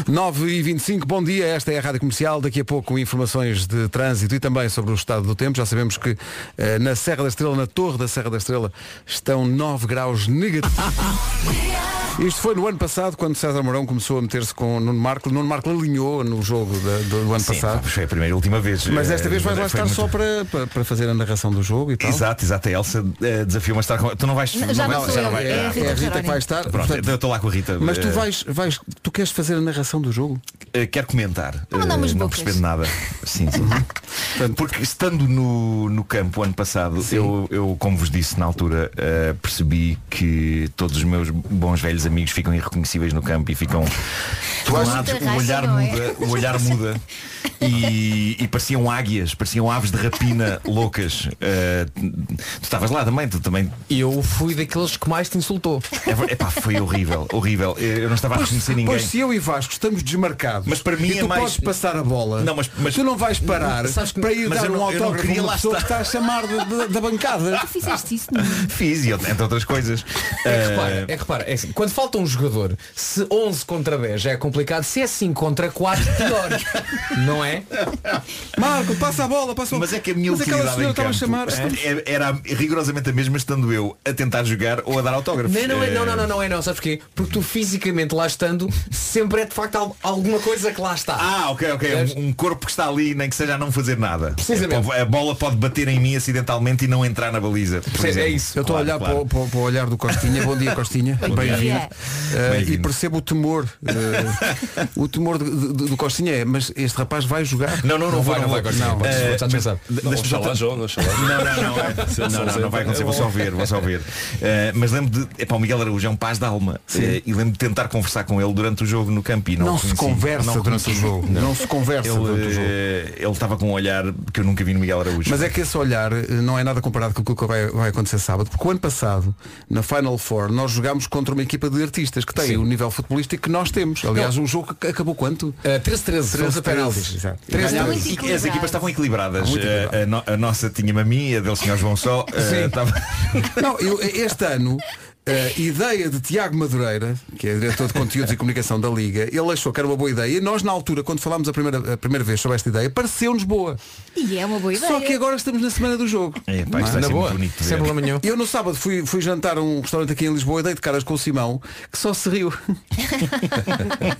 S2: 9 e 25 bom dia, esta é a Rádio Comercial. Daqui a pouco informações de trânsito e também sobre o estado do tempo. Já sabemos que eh, na Serra da Estrela, na Torre da Serra da Estrela, estão 9
S3: [LAUGHS]
S2: graus negativos. Isto foi no ano passado, quando César Mourão começou a meter-se com o Nuno Marco. Nuno Marco alinhou no jogo da- do, do ano
S9: Sim,
S2: passado.
S9: pá, foi a primeira e última vez.
S2: Mas desta
S9: Eh,
S2: vez vais lá
S9: foi
S2: estar
S9: muito-
S2: só para, para, para fazer a narração do jogo e tal.
S9: Exato, exato. A Elsa eh, desafiou-me a estar com. Tu não vais.
S3: Não, já não
S9: vais-
S3: sou eu,
S9: vais-
S3: é a
S9: ah,
S2: É a
S9: pronto.
S2: Rita que vai estar.
S9: Pronto,
S2: portanto,
S9: eu estou lá com a Rita.
S2: mas tu
S9: Eh,
S2: vais, vais, tu queres fazer a narração do jogo?
S9: eh, quero comentar.
S3: Não, não,
S9: Eh,
S3: mas
S9: não
S3: bocas.
S9: percebendo nada. Sim,
S3: [LAUGHS]
S9: sim. Portanto, Porque estando no, no campo ano passado, eu, eu, como vos disse na altura, eh, percebi que todos os meus bons velhos amigos ficam irreconhecíveis no campo e ficam tomados,
S3: Muita
S9: o
S3: raça,
S9: olhar
S3: não é?
S9: muda, o olhar
S3: [LAUGHS]
S9: muda. E, e pareciam águias, pareciam aves de rapina loucas. Eh, tu estavas lá também, tu também
S4: Eu fui daqueles que mais te insultou.
S9: é ver- Epá, foi horrível, horrível. Eu eu não estava a reconhecer ninguém.
S2: Pois se eu e Vasco estamos desmarcados
S9: Mas para mim
S2: e tu
S9: é mais-
S2: podes passar a bola,
S9: Não, mas- mas-
S2: tu não vais parar
S4: Sabes que-
S2: para ir
S9: mas
S2: dar
S9: eu
S2: um
S9: não- eu não
S2: autógrafo a
S9: queria
S2: uma
S9: lá
S2: pessoa que está
S9: estar.
S2: a chamar de- de- da bancada.
S9: [LAUGHS]
S3: Tu fizeste isso, não?
S9: Fiz, e entre outras coisas. Eh,
S4: É que repara, é que repara, é assim, quando falta um jogador, se 11 contra 10 já é complicado, se é 5 contra 4, pior. não é?
S2: Marco, passa a bola, passa a bola.
S9: Mas é que a minha
S2: Mas aquela
S9: utilidade
S2: senhora
S9: em
S2: estava a
S9: campo
S2: chamar.
S9: é- era rigorosamente a mesma estando eu a tentar jogar ou a dar autógrafos.
S4: Não, não, é,
S9: Eh,
S4: não, não, não, não é não, sabes porquê? Porque tu fisicamente lá estando, sempre é de facto al- alguma coisa que lá está.
S9: Ah, ok, ok.
S4: Percebes?
S9: Um, um corpo que está ali, nem que seja a não fazer nada.
S4: Precisamente.
S9: A bola pode bater em mim acidentalmente e não entrar na baliza. por
S4: É
S9: exemplo.
S4: isso.
S2: Eu estou a
S9: Claro,
S2: olhar
S9: claro.
S2: para, o- para o- para o olhar do Costinha. Bom dia, Costinha.
S3: Bom dia.
S2: Bem-vindo. Eh, e
S9: Bem-vindo.
S2: percebo o temor. eh, o temor do, do- do Costinha é, mas este rapaz vai jogar.
S9: Não, não, não, vou, não vou.
S4: Não,
S9: Eh,
S4: vou estar descansado.
S9: deixa-me só-
S10: João, oxalá.
S9: Não, não, não. é. Não, não, não vai acontecer, vou só ver, vou só ver. Eh, mas lembro de. Epá, o Miguel Araújo é um paz da alma. Eh, e lembro de tentar conversar com ele durante o jogo no campo. E não,
S2: Não,
S9: o
S2: se
S9: conheci.
S2: conversa
S9: Não o
S2: durante o
S9: conheci.
S2: jogo. Não, se conversa durante o
S9: Ele
S2: jogo.
S9: eh, ele estava com um olhar que eu nunca vi no Miguel Araújo.
S2: Mas é que esse olhar eh, não é nada comparado com aquilo que vai, vai acontecer sábado, porque o ano passado, na Final Four, nós jogámos contra uma equipa de artistas que tem
S4: Sim.
S2: o nível futebolístico que nós temos. Aliás, o jogo ac- acabou quanto?
S4: Eh, 13-13, fomos a penaltis.
S2: 13-13.
S9: Ganhámos.
S3: Muito
S9: E que
S3: equilibrados.
S9: as equipas estavam equilibradas.
S2: Muito
S9: Eh, a, no- a nossa tinha-me a mim, a dele senhor João só. eh, [LAUGHS] estava-
S2: Não, eu, este ano, a ideia de Tiago Madureira, que é diretor de conteúdos e comunicação da Liga, ele achou que era uma boa ideia. E nós, na altura, quando falámos a primeira, a primeira vez sobre esta ideia, pareceu-nos boa.
S3: E é uma boa ideia.
S2: Só que agora estamos na semana do jogo.
S9: É, pá, isto vai
S4: Na
S9: ser muito
S4: boa,
S9: bonito de
S4: sem
S9: ver.
S4: problema nenhum.
S2: Eu no sábado fui, fui jantar a um restaurante aqui em Lisboa e dei de caras com o Simão, que só
S3: [LAUGHS]
S2: se riu.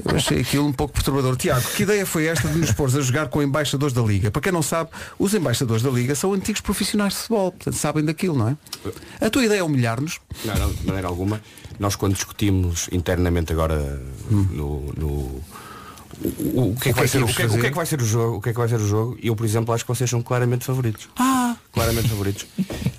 S2: Eu achei aquilo um pouco perturbador. Tiago, que ideia foi esta de nos pôr a jogar com embaixadores da Liga? Para quem não sabe, os embaixadores da Liga são antigos profissionais de futebol, portanto sabem daquilo, não é? A tua ideia é humilhar-nos?
S10: Não, não, de maneira alguma. Nós quando discutimos internamente agora no, no-
S12: o, o que é que vai ser o que é- o que é que vai ser o jogo? O que é que vai ser o jogo? Eu, por exemplo, acho que vocês são claramente favoritos.
S2: Ah.
S12: Claramente favoritos.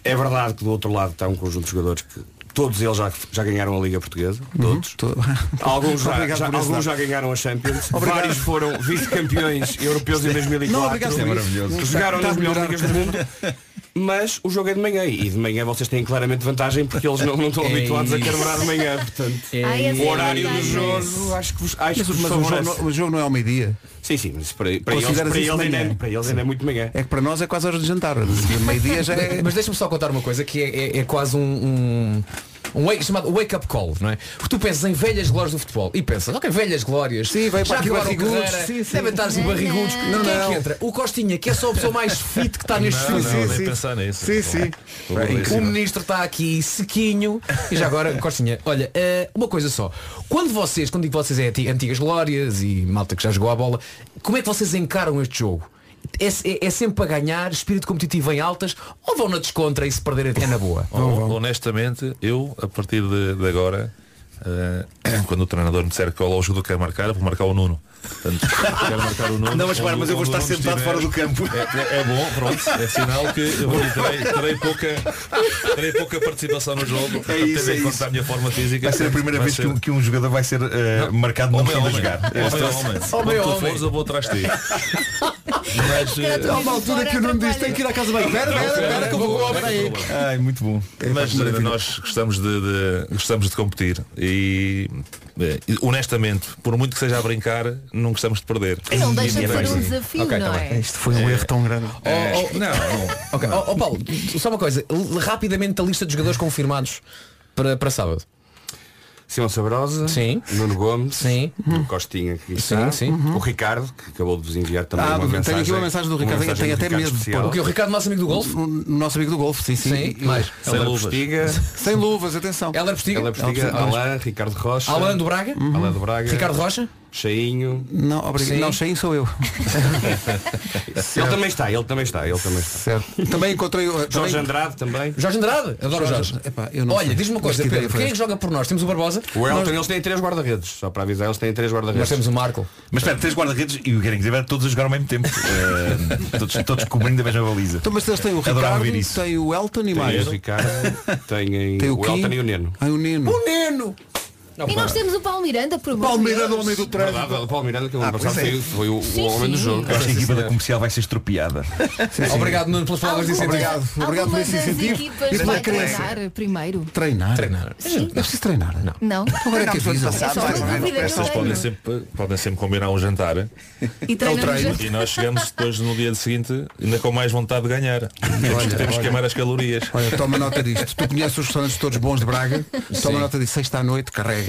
S12: É verdade que do outro lado está um conjunto de jogadores que todos eles já, já ganharam a Liga Portuguesa. Todos.
S2: [LAUGHS]
S12: Alguns, já,
S2: Uhum. Obrigado
S12: já-
S2: por esse
S12: alguns
S2: dado.
S12: já ganharam a Champions.
S2: [LAUGHS] Obrigado. é-
S12: Vários foram vice-campeões europeus em 2004.
S2: Não, obrigado por isso. Não está-
S12: Jogaram
S2: está
S12: nas melhores
S2: a melhorar.
S12: ligas do mundo. Mas o jogo é de manhã e de manhã vocês têm claramente vantagem porque eles não, não estão
S2: É
S12: habituados a
S2: isso.
S12: carburar de manhã. Portanto,
S2: Ah, essa é
S12: o horário
S2: a
S12: do
S2: vantagem.
S12: jogo acho que vos,
S2: Mas,
S12: acho que vos
S2: mas o, jogo,
S12: favorece.
S2: não- o jogo não é ao meio-dia.
S12: Sim, sim, mas para, para eles,
S2: Consideras
S12: para
S2: isso
S12: eles
S2: de
S12: ainda,
S2: manhã?
S12: é- para eles ainda é muito manhã.
S2: É que para nós é quase hora de jantar. Meio-dia já é.
S4: Mas deixa-me só contar uma coisa que é, é- é quase um. um... um wake, chamado wake-up call, não é? Porque tu pensas em velhas glórias do futebol e pensas, ok, velhas glórias, sim,
S2: vai
S4: já
S2: para aqui
S4: acabaram a
S2: barrigudos,
S4: carreira,
S2: sim, sim.
S4: devem estar os barrigudos.
S2: Não,
S4: Quem é
S2: não.
S4: que entra? O Costinha, que é só a pessoa mais fit que está neste
S2: Não,
S4: filme.
S2: não, nem Sim, sim. pensar nisso. Sim, sim. Vou ver isso.
S4: O ministro está aqui sequinho. E já agora, Costinha, olha, eh, uma coisa só. Quando vocês, quando digo vocês é anti- antigas glórias e malta que já jogou a bola, como é que vocês encaram este jogo? É, é- é sempre para ganhar, espírito competitivo em altas, ou vão na descontra e se perderem até na boa?
S14: Hon- Honestamente, eu, a partir de, de agora, eh, quando o treinador me disser que o jogador quer marcar, eu vou marcar o Nuno. Portanto, quero marcar o Nuno.
S9: Não, mas espera, mas eu vou estar sentado fora do campo.
S14: É, é bom, pronto. É sinal que eu vou- terei, terei pouca, terei pouca participação no jogo.
S9: É isso,
S14: tendo
S9: é
S14: em
S9: isso.
S14: conta a minha forma física.
S9: Vai ser a primeira
S14: Vai
S9: vez que
S14: ser-
S9: um, que um jogador vai ser eh, marcado não
S14: Homem,
S9: sendo a
S14: homem.
S9: jogar.
S14: Homem,
S9: Esta-
S14: homem.
S9: Homem,
S14: Quando tu
S9: homem.
S14: fores, eu vou atrás de ti. [LAUGHS] Mas, eh,
S2: Há uma altura que o Nuno diz tem que ir à casa bem. Espera, espera, espera, que eu vou para aí.
S9: Ai, muito bom. pá,
S14: Mas
S9: que
S14: eh,
S9: maravilha.
S14: nós gostamos de, de- gostamos de competir e eh, honestamente, por muito que seja a brincar, não gostamos de perder.
S3: Não
S14: E
S3: deixa de
S14: então-
S3: ser um desafio,
S14: Ok, tá
S3: não
S14: bem.
S3: é?
S2: Isto foi um erro tão grande.
S14: É, não, não.
S4: Ok. Oh, oh, Paulo, só uma coisa, l- rapidamente a lista de jogadores confirmados para, para sábado.
S12: Simão Sabrosa,
S4: Sim.
S12: Nuno Gomes, sim. o Costinha que aqui está,
S4: Sim, sim.
S12: o Ricardo, que acabou de vos enviar também
S2: Uhum. Ah,
S12: uma
S2: tenho
S12: mensagem.
S2: aqui uma mensagem do Ricardo, tenho até medo de pôr.
S12: O que o
S4: Ricardo, nosso amigo do Golfo?
S2: Nosso amigo do Golfo, sim, sim.
S12: Sim, mais. Sem
S4: é
S2: Ela
S12: luvas.
S2: Postiga.
S12: [LAUGHS]
S2: Sem luvas, atenção.
S4: Ela Postiga.
S12: Ela Postiga, Alain, Ricardo Rocha.
S4: Alain do Braga?
S2: Hum.
S12: Alain do Braga.
S4: Ricardo Rocha?
S12: Cheinho.
S2: Não, obrigado.
S12: Sim.
S2: Não, Shein sou eu.
S12: Ele também está, ele também está, ele também está.
S2: Certo. Também encontrei.
S12: Jorge Andrade também.
S4: Jorge Andrade? Adoro o Jorge.
S2: Epá,
S4: Olha, diz-me uma coisa, Pedro, quem é que joga por nós? Temos o Barbosa?
S12: O Elton,
S4: Nós-
S12: eles têm três guarda-redes, só para avisar, eles têm três guarda-redes.
S4: Nós temos o Marco.
S9: Mas espera, três guarda-redes e o que era incrível era todos a jogar ao mesmo [LAUGHS] tempo. Eh, todos, todos cobrindo a mesma baliza.
S2: Então, mas eles têm o
S9: Adorava
S2: Ricardo,
S9: ver isso.
S2: têm o Elton e
S9: Tem
S2: mais.
S9: o
S12: Ricardo, têm
S2: Tem o
S12: o
S2: Kim?
S12: Elton e o Neno.
S2: Ah, o Nino.
S3: O Neno!
S12: Não,
S3: e nós
S12: pá.
S3: temos o Paulo Miranda, por amor
S12: Paulo
S3: de Deus.
S12: Miranda, o homem do trânsito. Verdade, o Paulo Miranda, que o ano passado
S9: pois é.
S12: foi, foi o, o
S3: Sim,
S12: homem do
S3: sim.
S12: jogo.
S9: Esta equipa da comercial vai ser estropiada.
S4: Obrigado, Nuno, pelas palavras de incentivo.
S2: Obrigado, obrigado
S3: Alguma
S2: por
S3: das
S2: esse incentivo.
S3: equipas
S2: E pela
S3: vai
S2: crença.
S3: treinar primeiro?
S2: Treinar. Treinar. É preciso treinar. Não.
S3: Não.
S2: Agora é que avisam.
S14: Vocês podem sempre, podem sempre combinar um jantar
S2: é
S3: E treinamos juntos.
S14: e nós chegamos depois no dia seguinte ainda com mais vontade de ganhar. Temos,
S2: Olha,
S14: que- temos que
S2: olha.
S14: queimar as calorias.
S2: Olha, toma nota disto. Tu conheces os restaurantes todos bons de Braga, toma
S4: Sim.
S2: nota disto. Sexta à noite, carrega.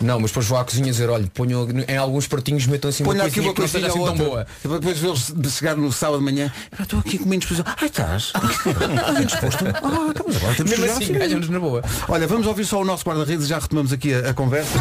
S4: Não, mas depois vou à cozinha dizer, olha, ponham em alguns pratinhos, metam assim uma
S2: Põe aqui
S4: coisinha
S2: uma
S4: que não seja
S2: coisinha
S4: assim tão
S2: outra.
S4: boa.
S2: E Depois vê-los de chegar no sábado de manhã. "Eu Estou aqui comendo disposição. Ai, estás? Ah, bem disposto. Ah, então, mas agora temos que
S4: Mesmo
S2: jogar,
S4: assim,
S2: sim."
S4: ganhamos na boa.
S2: Olha, vamos ouvir só o nosso guarda-redes e já retomamos aqui a, a conversa.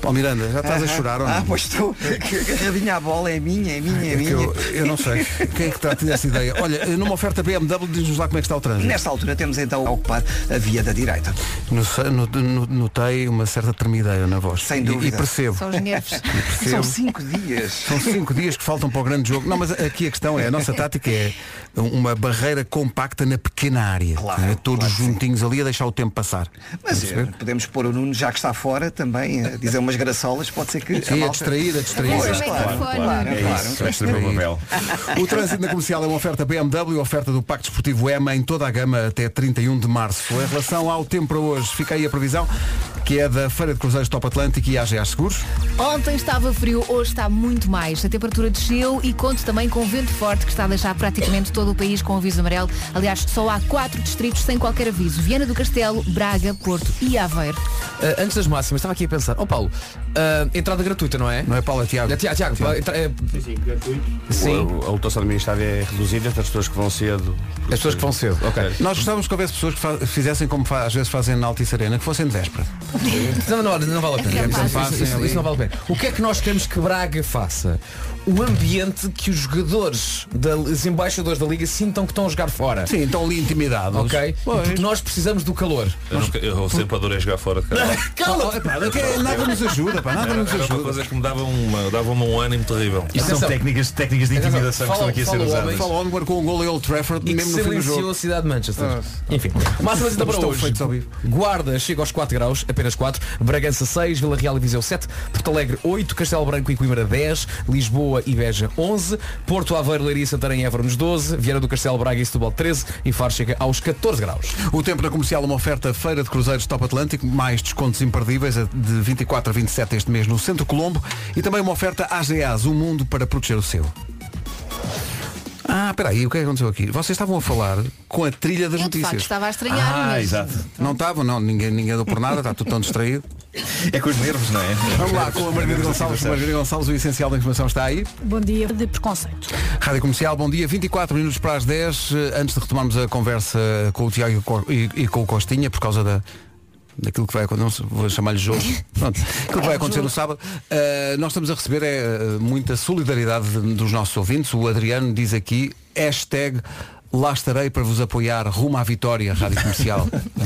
S2: Paulo Miranda, já estás a
S1: Aham.
S2: chorar ou não?
S1: Ah, pois [LAUGHS] estou. Que agarradinha à bola é minha, é minha, é
S2: É que
S1: minha.
S2: eu, eu não sei. Quem é que está a ter essa ideia? Olha, numa oferta BMW, diz-nos lá como é que está o trânsito.
S1: Nesta altura temos então a ocupar a via da direita.
S2: No- no- no- notei uma certa tremideira na voz.
S1: Sem
S2: E-
S1: dúvida.
S2: E, percebo.
S1: São os nervos.
S2: E percebo.
S1: São cinco dias.
S2: São cinco dias que faltam para o grande jogo. Não, mas aqui a questão é, a nossa tática é uma barreira compacta na pequena área. Não é? Todos juntinhos ali a deixar o tempo passar.
S1: Mas eh, podemos pôr o Nuno já que está fora também, a dizer umas graçolas, pode ser que.
S15: é
S2: Sim, a distrair, a distrair.
S1: é Pois,
S2: Sim,
S1: claro,
S2: microfone.
S1: claro,
S2: É
S1: claro.
S2: isso, vai distrair o papel. O trânsito na comercial é uma oferta BMW, oferta do Pacto Esportivo EMA em toda a gama até 31 de março. Em relação ao tempo para hoje, fica aí a previsão, que é da Feira de Cruzeiros Top Atlântico e AGA Seguros.
S3: Ontem estava frio, hoje está muito mais. A temperatura desceu e conto também com vento forte que está a deixar praticamente todo o país com aviso amarelo. Aliás, só há quatro distritos sem qualquer aviso. Viana do Castelo, Braga, Porto e Aveiro.
S4: Ah, antes das máximas, estava aqui a pensar, ó Paulo, ah, entrada gratuita, não é? Não
S2: é Paulo, é Tiago.
S4: É Tiago, Tiago, pá, entra- é-
S12: Sim. A, a lotação administrada é reduzida, portanto, as pessoas que vão cedo. As
S4: pessoas que vão cedo, ok.
S2: Nós gostávamos que houvesse pessoas que fa- fizessem como fa- às vezes fazem na Altice Arena, que fossem de véspera.
S4: Não, não, não vale a pena.
S8: É capaz.
S4: Isso- isso- isso- isso não vale a pena. O que é que nós queremos que Braga faça? O ambiente que os jogadores, da- os embaixadores da Liga sintam que estão a jogar fora. Sim, estão ali intimidados. Ok? Porque nós precisamos do calor.
S14: Eu, nunca- eu sempre adorei jogar fora de casa.
S2: Oh,
S4: Cala!
S2: é, nada nos ajuda, pá, nada
S14: Era-
S2: nos
S14: era
S2: ajuda.
S14: uma coisa que me dava, uma, dava um ânimo terrível.
S2: Isto são Atenção. técnicas- técnicas de Atenção, intimidação que fala- estão aqui a ser fala o usadas. homem- fala o homem marcou um gol em Old Trafford
S4: e
S2: mesmo no fim do
S4: silenciou
S2: jogo.
S4: a cidade de Manchester.
S2: Ah.
S4: Enfim, máximas então para
S2: Estão
S4: hoje.
S2: feitos ao vivo.
S4: Guarda chega aos 4 graus, apenas 4. Bragança 6, Vila Real e Viseu 7. Porto Alegre 8, Castelo Branco e Coimbra 10. Lisboa e Beja 11. Porto Aveiro, Leiria, Santarém e Évora nos 12. Vieira do Castelo, Braga e Setúbal 13. E Faro chega aos 14 graus.
S2: O tempo na comercial, uma oferta feira de cruzeiros Top Atlântico, mais descontos imperdíveis a- de 24 a 27 este mês no Centro Colombo e também uma oferta AGAs, o mundo para proteger o seu. Ah, espera aí, o que é que aconteceu aqui? Vocês estavam a falar com a trilha das
S3: Eu, de
S2: notícias.
S3: facto, estava a estranhar,
S2: Ah,
S3: mas-
S2: exato. Não estavam, não, ninguém, ninguém deu por nada, está tudo tão
S4: [LAUGHS]
S2: distraído.
S9: É com os nervos, não é?
S2: Vamos lá, com a Margarida
S4: assim,
S2: Gonçalves. Margarida Gonçalves, o essencial da informação está aí.
S16: Bom dia de preconceito.
S2: Rádio Comercial, bom dia, 24 minutos para as 10. Eh, Antes de retomarmos a conversa com o Tiago e co- e, e com o Costinha, por causa da, daquilo que vai acontecer, não se- vou chamar-lhe jogo,
S16: [LAUGHS]
S2: Pronto, aquilo que vai acontecer no sábado, eh, nós estamos a receber eh, muita solidariedade de- dos nossos ouvintes. O Adriano diz aqui, hashtag lá estarei para vos apoiar rumo à vitória, Rádio [LAUGHS] Comercial. É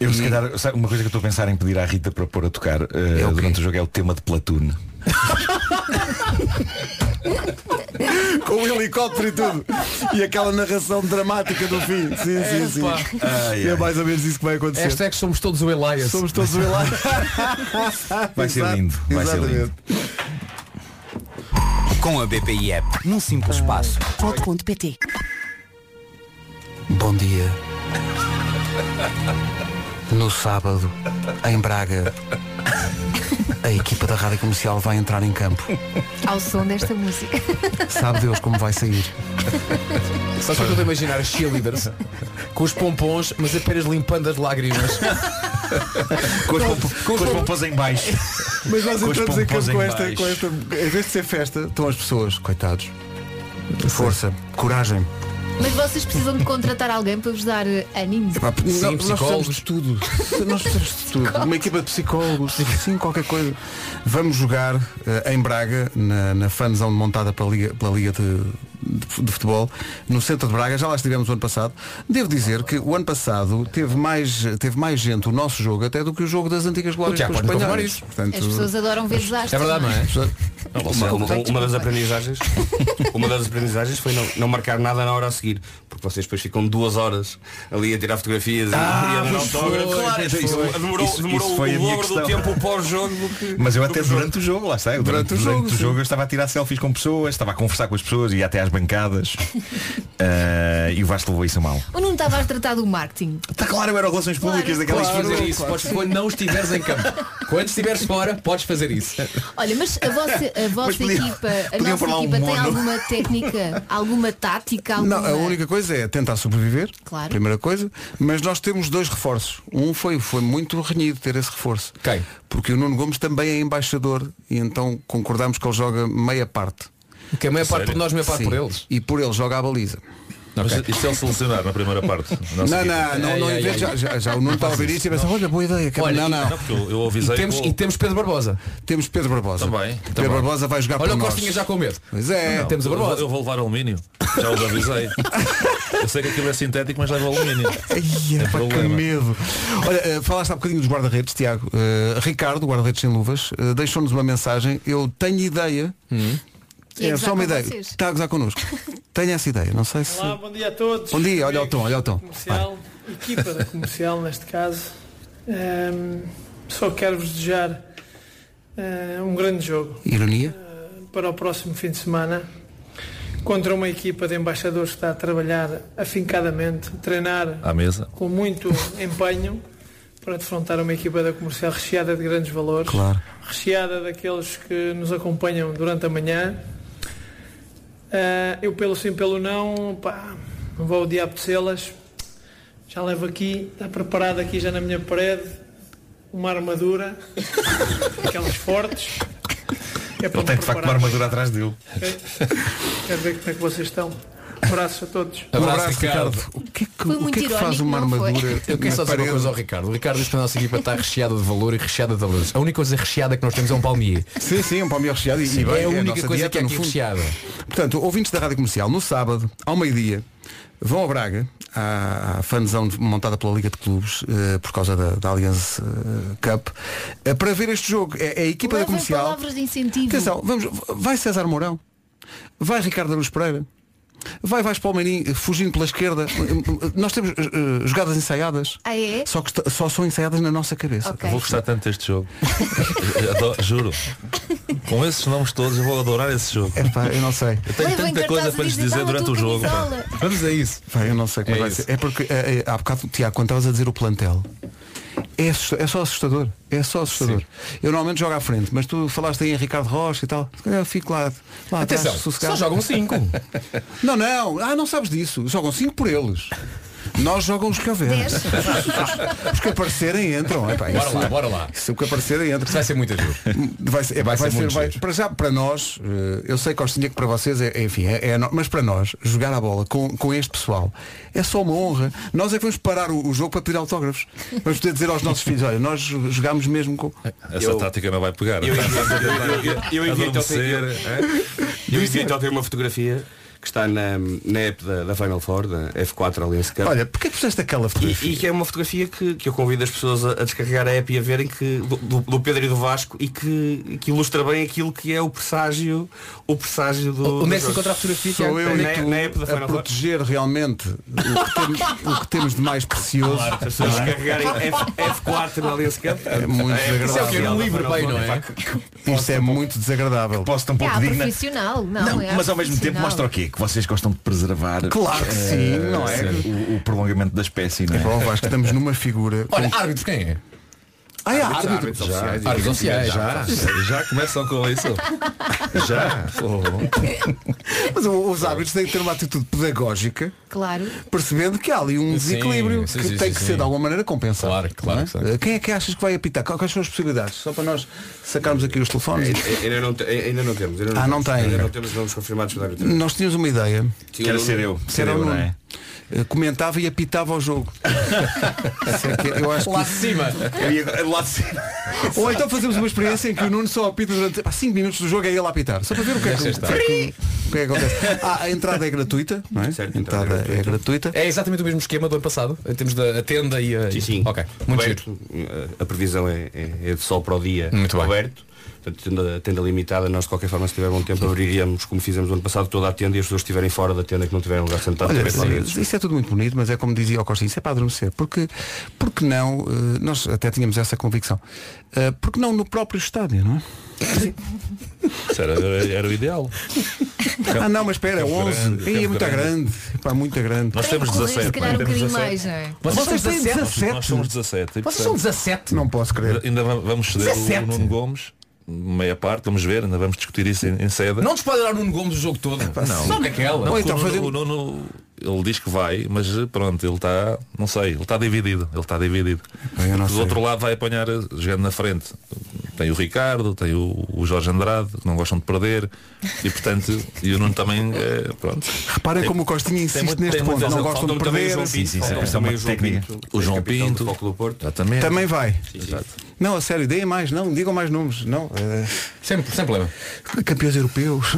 S9: Eu se calhar, sabe, uma coisa que eu estou a pensar em pedir à Rita para pôr a tocar eh, durante o jogo é o tema de Platoon.
S2: com o helicóptero e tudo. E aquela narração dramática do fim. Sim, sim, sim.
S4: Epá.
S2: E é mais ou menos isso que vai acontecer.
S4: Esta é que somos todos o Elias.
S2: Somos todos o Elias.
S9: [LAUGHS] Vai ser lindo, vai ser lindo.
S15: Com a BPI App, num simples passo.
S16: Ponto.pt
S2: Bom dia. No sábado, em Braga, a equipa da Rádio Comercial vai entrar em campo.
S3: Ao som desta música. [LAUGHS]
S2: Sabe Deus como vai sair.
S4: Só que eu estou a imaginar
S2: [LAUGHS]
S4: as cheerleaders com os pompons, mas apenas limpando as lágrimas.
S9: com os pompons, com os pompons em baixo.
S2: Mas nós
S9: Com os
S2: entramos em
S9: pompons
S2: campo com
S9: em
S2: esta,
S9: baixo.
S2: com esta. Em vez de ser festa, estão as pessoas, coitados. Força, coragem.
S3: Mas vocês precisam de contratar alguém para vos dar eh, ânimo.
S2: Epá, não- nós precisamos de tudo. [LAUGHS] Nós precisamos de tudo. Uma equipa de psicólogos, sim, qualquer coisa. Vamos jogar eh, em Braga, na, na fanzão montada pela Liga, pela Liga de, de- de Futebol, no centro de Braga. Já lá estivemos o ano passado. Devo dizer que o ano passado teve mais, teve mais gente o nosso jogo até do que o jogo das antigas glórias
S12: Tiago,
S2: com os
S12: pode confirmar
S2: espanhóis.
S12: isso.
S2: Portanto,
S3: As pessoas adoram ver desastres.
S4: É
S3: é?
S12: Uma, uma- uma das aprendizagens Uma das aprendizagens foi não, não marcar nada na hora a seguir Porque vocês depois ficam duas horas Ali a tirar fotografias e- e a dar
S9: pois foi,
S12: autógrafos
S9: claro,
S12: Isso-
S9: isso-
S12: isso- demorou,
S9: isso-
S12: demorou
S9: isso foi a
S12: o
S9: minha
S12: dobro do
S9: questão.
S12: tempo pós-jogo do que-
S9: Mas eu até durante o jogo, lá está, eu durante, o jogo, durante o jogo eu estava a tirar selfies com pessoas, estava a conversar com as pessoas, ia até às bancadas [LAUGHS] Eh, e o Vasco levou isso a mal.
S3: Ou não estava a tratar do marketing?
S9: Está claro, eu era relações públicas daquelas
S4: Podes fazer
S9: coisas.
S4: isso, podes, quando não estiveres
S2: [LAUGHS]
S4: em campo. Quando estiveres fora, podes fazer isso.
S3: Olha, mas a vossa, a vossa
S4: podia-
S3: equipa, a
S4: podiam
S3: nossa
S4: pôr lá um
S3: equipa tem
S4: mono.
S3: alguma técnica, alguma tática, alguma...
S2: Não, a única coisa é tentar sobreviver,
S3: Claro.
S2: primeira coisa, mas nós temos dois reforços. Um foi, foi muito renhido ter esse reforço. Quem? Porque o Nuno Gomes também é embaixador e então concordamos que ele joga meia parte.
S4: Que é meia parte por nós, meia parte
S2: Sim.
S4: por eles.
S2: E por ele joga a baliza.
S14: Mas isto é o selecionar na primeira parte.
S2: Não, não, não, não, inventes- já, já, já o Nuno está a ouvir isto e pensa, olha, boa ideia, cara.
S14: Olha,
S2: não, não.
S9: então-
S14: não, porque eu- eu avisei E temos- com- e
S4: temos Pedro Barbosa.
S2: Temos Pedro Barbosa.
S14: Também.
S2: Pedro Barbosa vai jogar
S14: Olha
S2: por
S14: o
S2: nós.
S14: Costinha já com medo.
S2: Pois é.
S14: Não, eu, vou- eu vou levar alumínio. Já os avisei. eu sei que aquilo é sintético, mas levo alumínio.
S2: Ai, epá, que
S14: problema.
S2: medo. Olha, eh, falaste há bocadinho dos guarda-redes, Tiago. Eh, Ricardo, guarda-redes sem luvas, eh, deixou-nos uma mensagem. Eu tenho ideia.
S17: Que é
S2: é
S17: gozar
S2: só uma
S17: com
S2: ideia.
S17: vocês.
S2: Está a gozar
S17: [LAUGHS]
S2: connosco. tenho essa ideia. Não sei se.
S17: Olá, Ah, bom dia a todos.
S2: Bom dia, olha o tom,
S17: Amigos
S2: olha o tom.
S17: da Comercial, equipa da comercial neste caso. Ahm, só quero vos desejar ah, um grande jogo
S2: Ironia?
S17: para o próximo fim de semana contra uma equipa de embaixadores que está a trabalhar afincadamente, a treinar
S14: À mesa.
S17: com
S14: [LAUGHS]
S17: muito empenho para defrontar uma equipa da comercial recheada de grandes valores,
S14: Claro.
S17: recheada daqueles que nos acompanham durante a manhã. Ah, eu pelo sim, pelo não, pá, não vou odiar las Já levo aqui, está preparado aqui já na minha parede, uma armadura, [LAUGHS] aquelas fortes. que é para
S9: Ele
S17: me
S9: tem de facto uma
S17: preparar.
S9: armadura atrás dele.
S17: Ok? Quero ver como é que vocês estão. Abraço a todos.
S2: Um abraço, Ricardo. O que é que,
S17: Foi
S2: o
S17: muito
S2: que, é que faz
S17: irónico,
S2: uma
S17: não foi?
S2: armadura?
S4: Eu quero
S2: na
S4: só dizer uma
S2: parede?
S4: coisa ao Ricardo. O Ricardo diz que a nossa equipa está recheada de valor e recheada de valores. A única coisa recheada que nós temos é um palmier.
S2: Sim, sim, um palmier recheado. E,
S4: Sim,
S2: e
S4: é
S2: bem,
S4: a única
S2: nossa
S4: coisa
S2: dieta,
S4: que há
S2: no
S4: aqui
S2: fundo.
S4: recheada.
S2: Portanto, ouvintes da Rádio Comercial, no sábado, ao meio-dia, vão a Braga, à, à fanzão de- montada pela Liga de Clubes, eh, por causa da, da Allianz eh, Cup, eh, para ver este jogo. É, é a equipa da
S3: Levem
S2: Comercial.
S3: palavras de incentivo.
S2: Atenção, vamos, vai César Mourão, vai Ricardo Aruz Pereira, vai Vais Palmeirim eh, fugindo pela esquerda. Eh, eh, Nós temos eh, eh, jogadas ensaiadas,
S3: Ah, é?
S2: só que esta- só são ensaiadas na nossa cabeça.
S3: Ok.
S14: Vou gostar tanto deste jogo. Adoro- juro. Com esses nomes todos eu vou adorar esse jogo.
S2: Epá, eu não sei.
S14: Eu tenho tanta coisa para lhes dizer durante o jogo. pá.
S2: Vamos a isso. eu não sei como
S14: É
S2: vai
S14: isso.
S2: ser. É porque eh, eh, há bocado, Tiago, quando estavas a dizer o plantel, é, assusta- é só assustador. É só assustador. Eu normalmente jogo à frente, mas tu falaste aí em Ricardo Rocha e tal. Se calhar eu fico lá. lá
S4: Atenção,
S2: atrás, sossegado.
S4: só jogam cinco.
S2: [LAUGHS] não, não. Ah, não sabes disso. Jogam cinco por eles. Nós jogam os que houver.
S4: Dez.
S2: [LAUGHS] Os que aparecerem entram. Epá,
S4: Bora
S2: isso-
S4: lá, bora lá.
S2: Se o que aparecer aí entra.
S4: Vai ser muito
S2: [LAUGHS]
S4: giro.
S2: Vai ser, é,
S4: Vai
S2: vai
S4: ser
S2: ser-
S4: muito
S2: vai-
S4: giro.
S2: para já, para nós, eh, eu sei que Costinha que para vocês é, é, enfim, é, é eno- mas para nós, jogar a bola com, com este pessoal é só uma honra. Nós é que vamos parar o, o jogo para pedir autógrafos. Vamos poder dizer aos nossos filhos, olha, nós jogámos mesmo com.
S14: Essa tática não vai pegar.
S12: Eu enviei- eu enviei até ontem-
S14: Adormecer, é?
S12: eu enviei até ontem uma fotografia que está na, na app da, da Final Four, da F4 Alliance Cup.
S2: Olha, porque é que puseste aquela fotografia?
S12: E, e que é uma fotografia que, que eu convido as pessoas a, a descarregar a app e a verem que, do, do- do Pedro e do Vasco e que, que ilustra bem aquilo que é o presságio, o presságio do.
S2: Onde
S12: do
S2: é que se
S12: jogo.
S2: encontra a fotografia, Tiago?
S12: Sou eu
S2: Onde é
S12: na,
S2: que tu-
S12: na app da
S2: a
S12: Final Four.
S2: proteger realmente o que temos, o que temos de mais precioso.
S12: Claro, as pessoas descarregarem F, 4 na Alliance Cup.
S2: É muito desagradável. Isso é o quê? Um livro
S12: Final
S2: bem,
S12: Four,
S2: não é?
S12: de facto.
S2: Isto é muito desagradável.
S9: Posso tão
S3: É
S9: pouco
S3: a
S9: digna.
S3: profissional, não,
S9: Não,
S3: é
S9: mas ao mesmo tempo
S3: profissional.
S9: mostra o quê? Que vocês gostam de preservar
S2: Claro que sim,
S9: eh,
S2: não é?
S9: O, o prolongamento da espécie, não é?
S2: Bom, Vasco, estamos numa figura.
S9: Olha,
S2: árbitro quem é? Ah, é
S14: Árbitros,
S2: árbitro.
S14: árbitros
S2: Já.
S14: oficiais.
S2: Árbitros oficiais,
S14: já,
S2: já.
S14: já, começam com isso. Já.
S2: Mas o- os árbitros têm que ter uma atitude pedagógica,
S3: Claro.
S2: percebendo que há ali um
S3: Sim,
S2: desequilíbrio
S3: sim,
S2: que
S3: sim,
S2: tem
S3: sim,
S2: que
S3: sim.
S2: ser de alguma maneira compensado. Claro,
S4: claro que sim.
S2: Quem é que achas que vai apitar? Qual- Quais são as possibilidades? Só para nós sacarmos aqui os telefones.
S12: Ainda- Ainda não, te- ainda não temos. Ainda
S2: Ah, não
S12: temos.
S2: tem.
S12: Ainda não temos nomes confirmados da árbitra.
S2: Nós tínhamos uma ideia.
S12: Que era ser eu.
S2: Que
S12: Ser
S2: era
S12: eu,
S2: o
S12: não
S2: Nuno.
S12: é?
S2: Eh, Comentava e apitava ao [LAUGHS] jogo. Isso é que eu acho
S12: Lá
S2: que-
S12: de cima. Eu ia- lá de cima.
S2: Ou então fazemos uma experiência em que o Nuno só apita durante 5 minutos do jogo é ele a apitar. Só para ver o que é que,
S4: Deixa estar.
S2: o que, é que acontece. Ah, a entrada é gratuita, não é? a entrada é gratuita.
S4: É exatamente o mesmo esquema do ano passado. Em termos da a tenda e a. Sim, sim. Ok. Muito giro.
S12: Coberto. A a previsão é, é- é de sol para o dia
S4: Muito bem.
S12: coberto. Portanto, tenda, tenda limitada, nós de qualquer forma, se tiver bom tempo, abriríamos, como fizemos ano passado, toda a tenda e as pessoas que estiverem fora da tenda que não tiverem lugar sentado.
S2: Olha,
S12: também podem
S2: isso, isso é tudo muito bonito, mas é como dizia o Costa, isso é para adormecer. Porque, porque não, eh, nós até tínhamos essa convicção, Eh, porque não no próprio estádio, não é?
S14: Isso era, era- era o ideal.
S2: ah não, mas espera,
S14: Campo
S2: 11.
S14: grande,
S2: Ei, é
S14: campo
S2: muito grande. Pá, muito grande.
S14: Nós temos
S3: Correr,
S14: 17.
S3: Se calhar um
S14: pá. Temos
S3: bocadinho mais, não é?
S2: Vocês têm 17?
S14: Nós somos 17. e,
S2: Vocês são
S4: 17?
S2: Não posso crer.
S14: Ainda va- vamos ceder
S4: 17?
S14: o Nuno Gomes, meia parte, vamos ver, ainda vamos discutir isso em, em sede.
S4: Não nos pode dar o Nuno Gomes o jogo todo.
S14: não.
S4: Só naquela.
S14: Não,
S2: então,
S14: porque o, Nuno, o Nuno, ele diz que vai, mas eh, pronto, ele está, não sei, ele está dividido. Ele está dividido.
S2: eu não
S14: Do
S2: sei.
S14: outro lado vai apanhar, eh, jogando na frente, tem o Ricardo, tem o, o Jorge Andrade, que não gostam de perder, e portanto, e o Nuno também, eh, pronto.
S2: Reparem
S14: Tem-
S2: como o Costinha
S14: tem
S2: insiste
S14: muito-
S2: neste
S14: tem muita
S2: ponto, não
S14: razão.
S2: gostam de
S14: Faltam também o
S2: perder.
S14: João Pinto.
S2: Sim, sim, sim,
S14: Faltam
S2: essa
S14: também o
S2: parte
S14: João
S2: técnica.
S14: Pinto. O
S12: É
S14: João Pinto. Exatamente.
S2: Também vai.
S14: Exato.
S2: Não, a sério, deem mais, não, digam mais números. Não,
S4: Sempre, sem problema.
S2: Campeões europeus.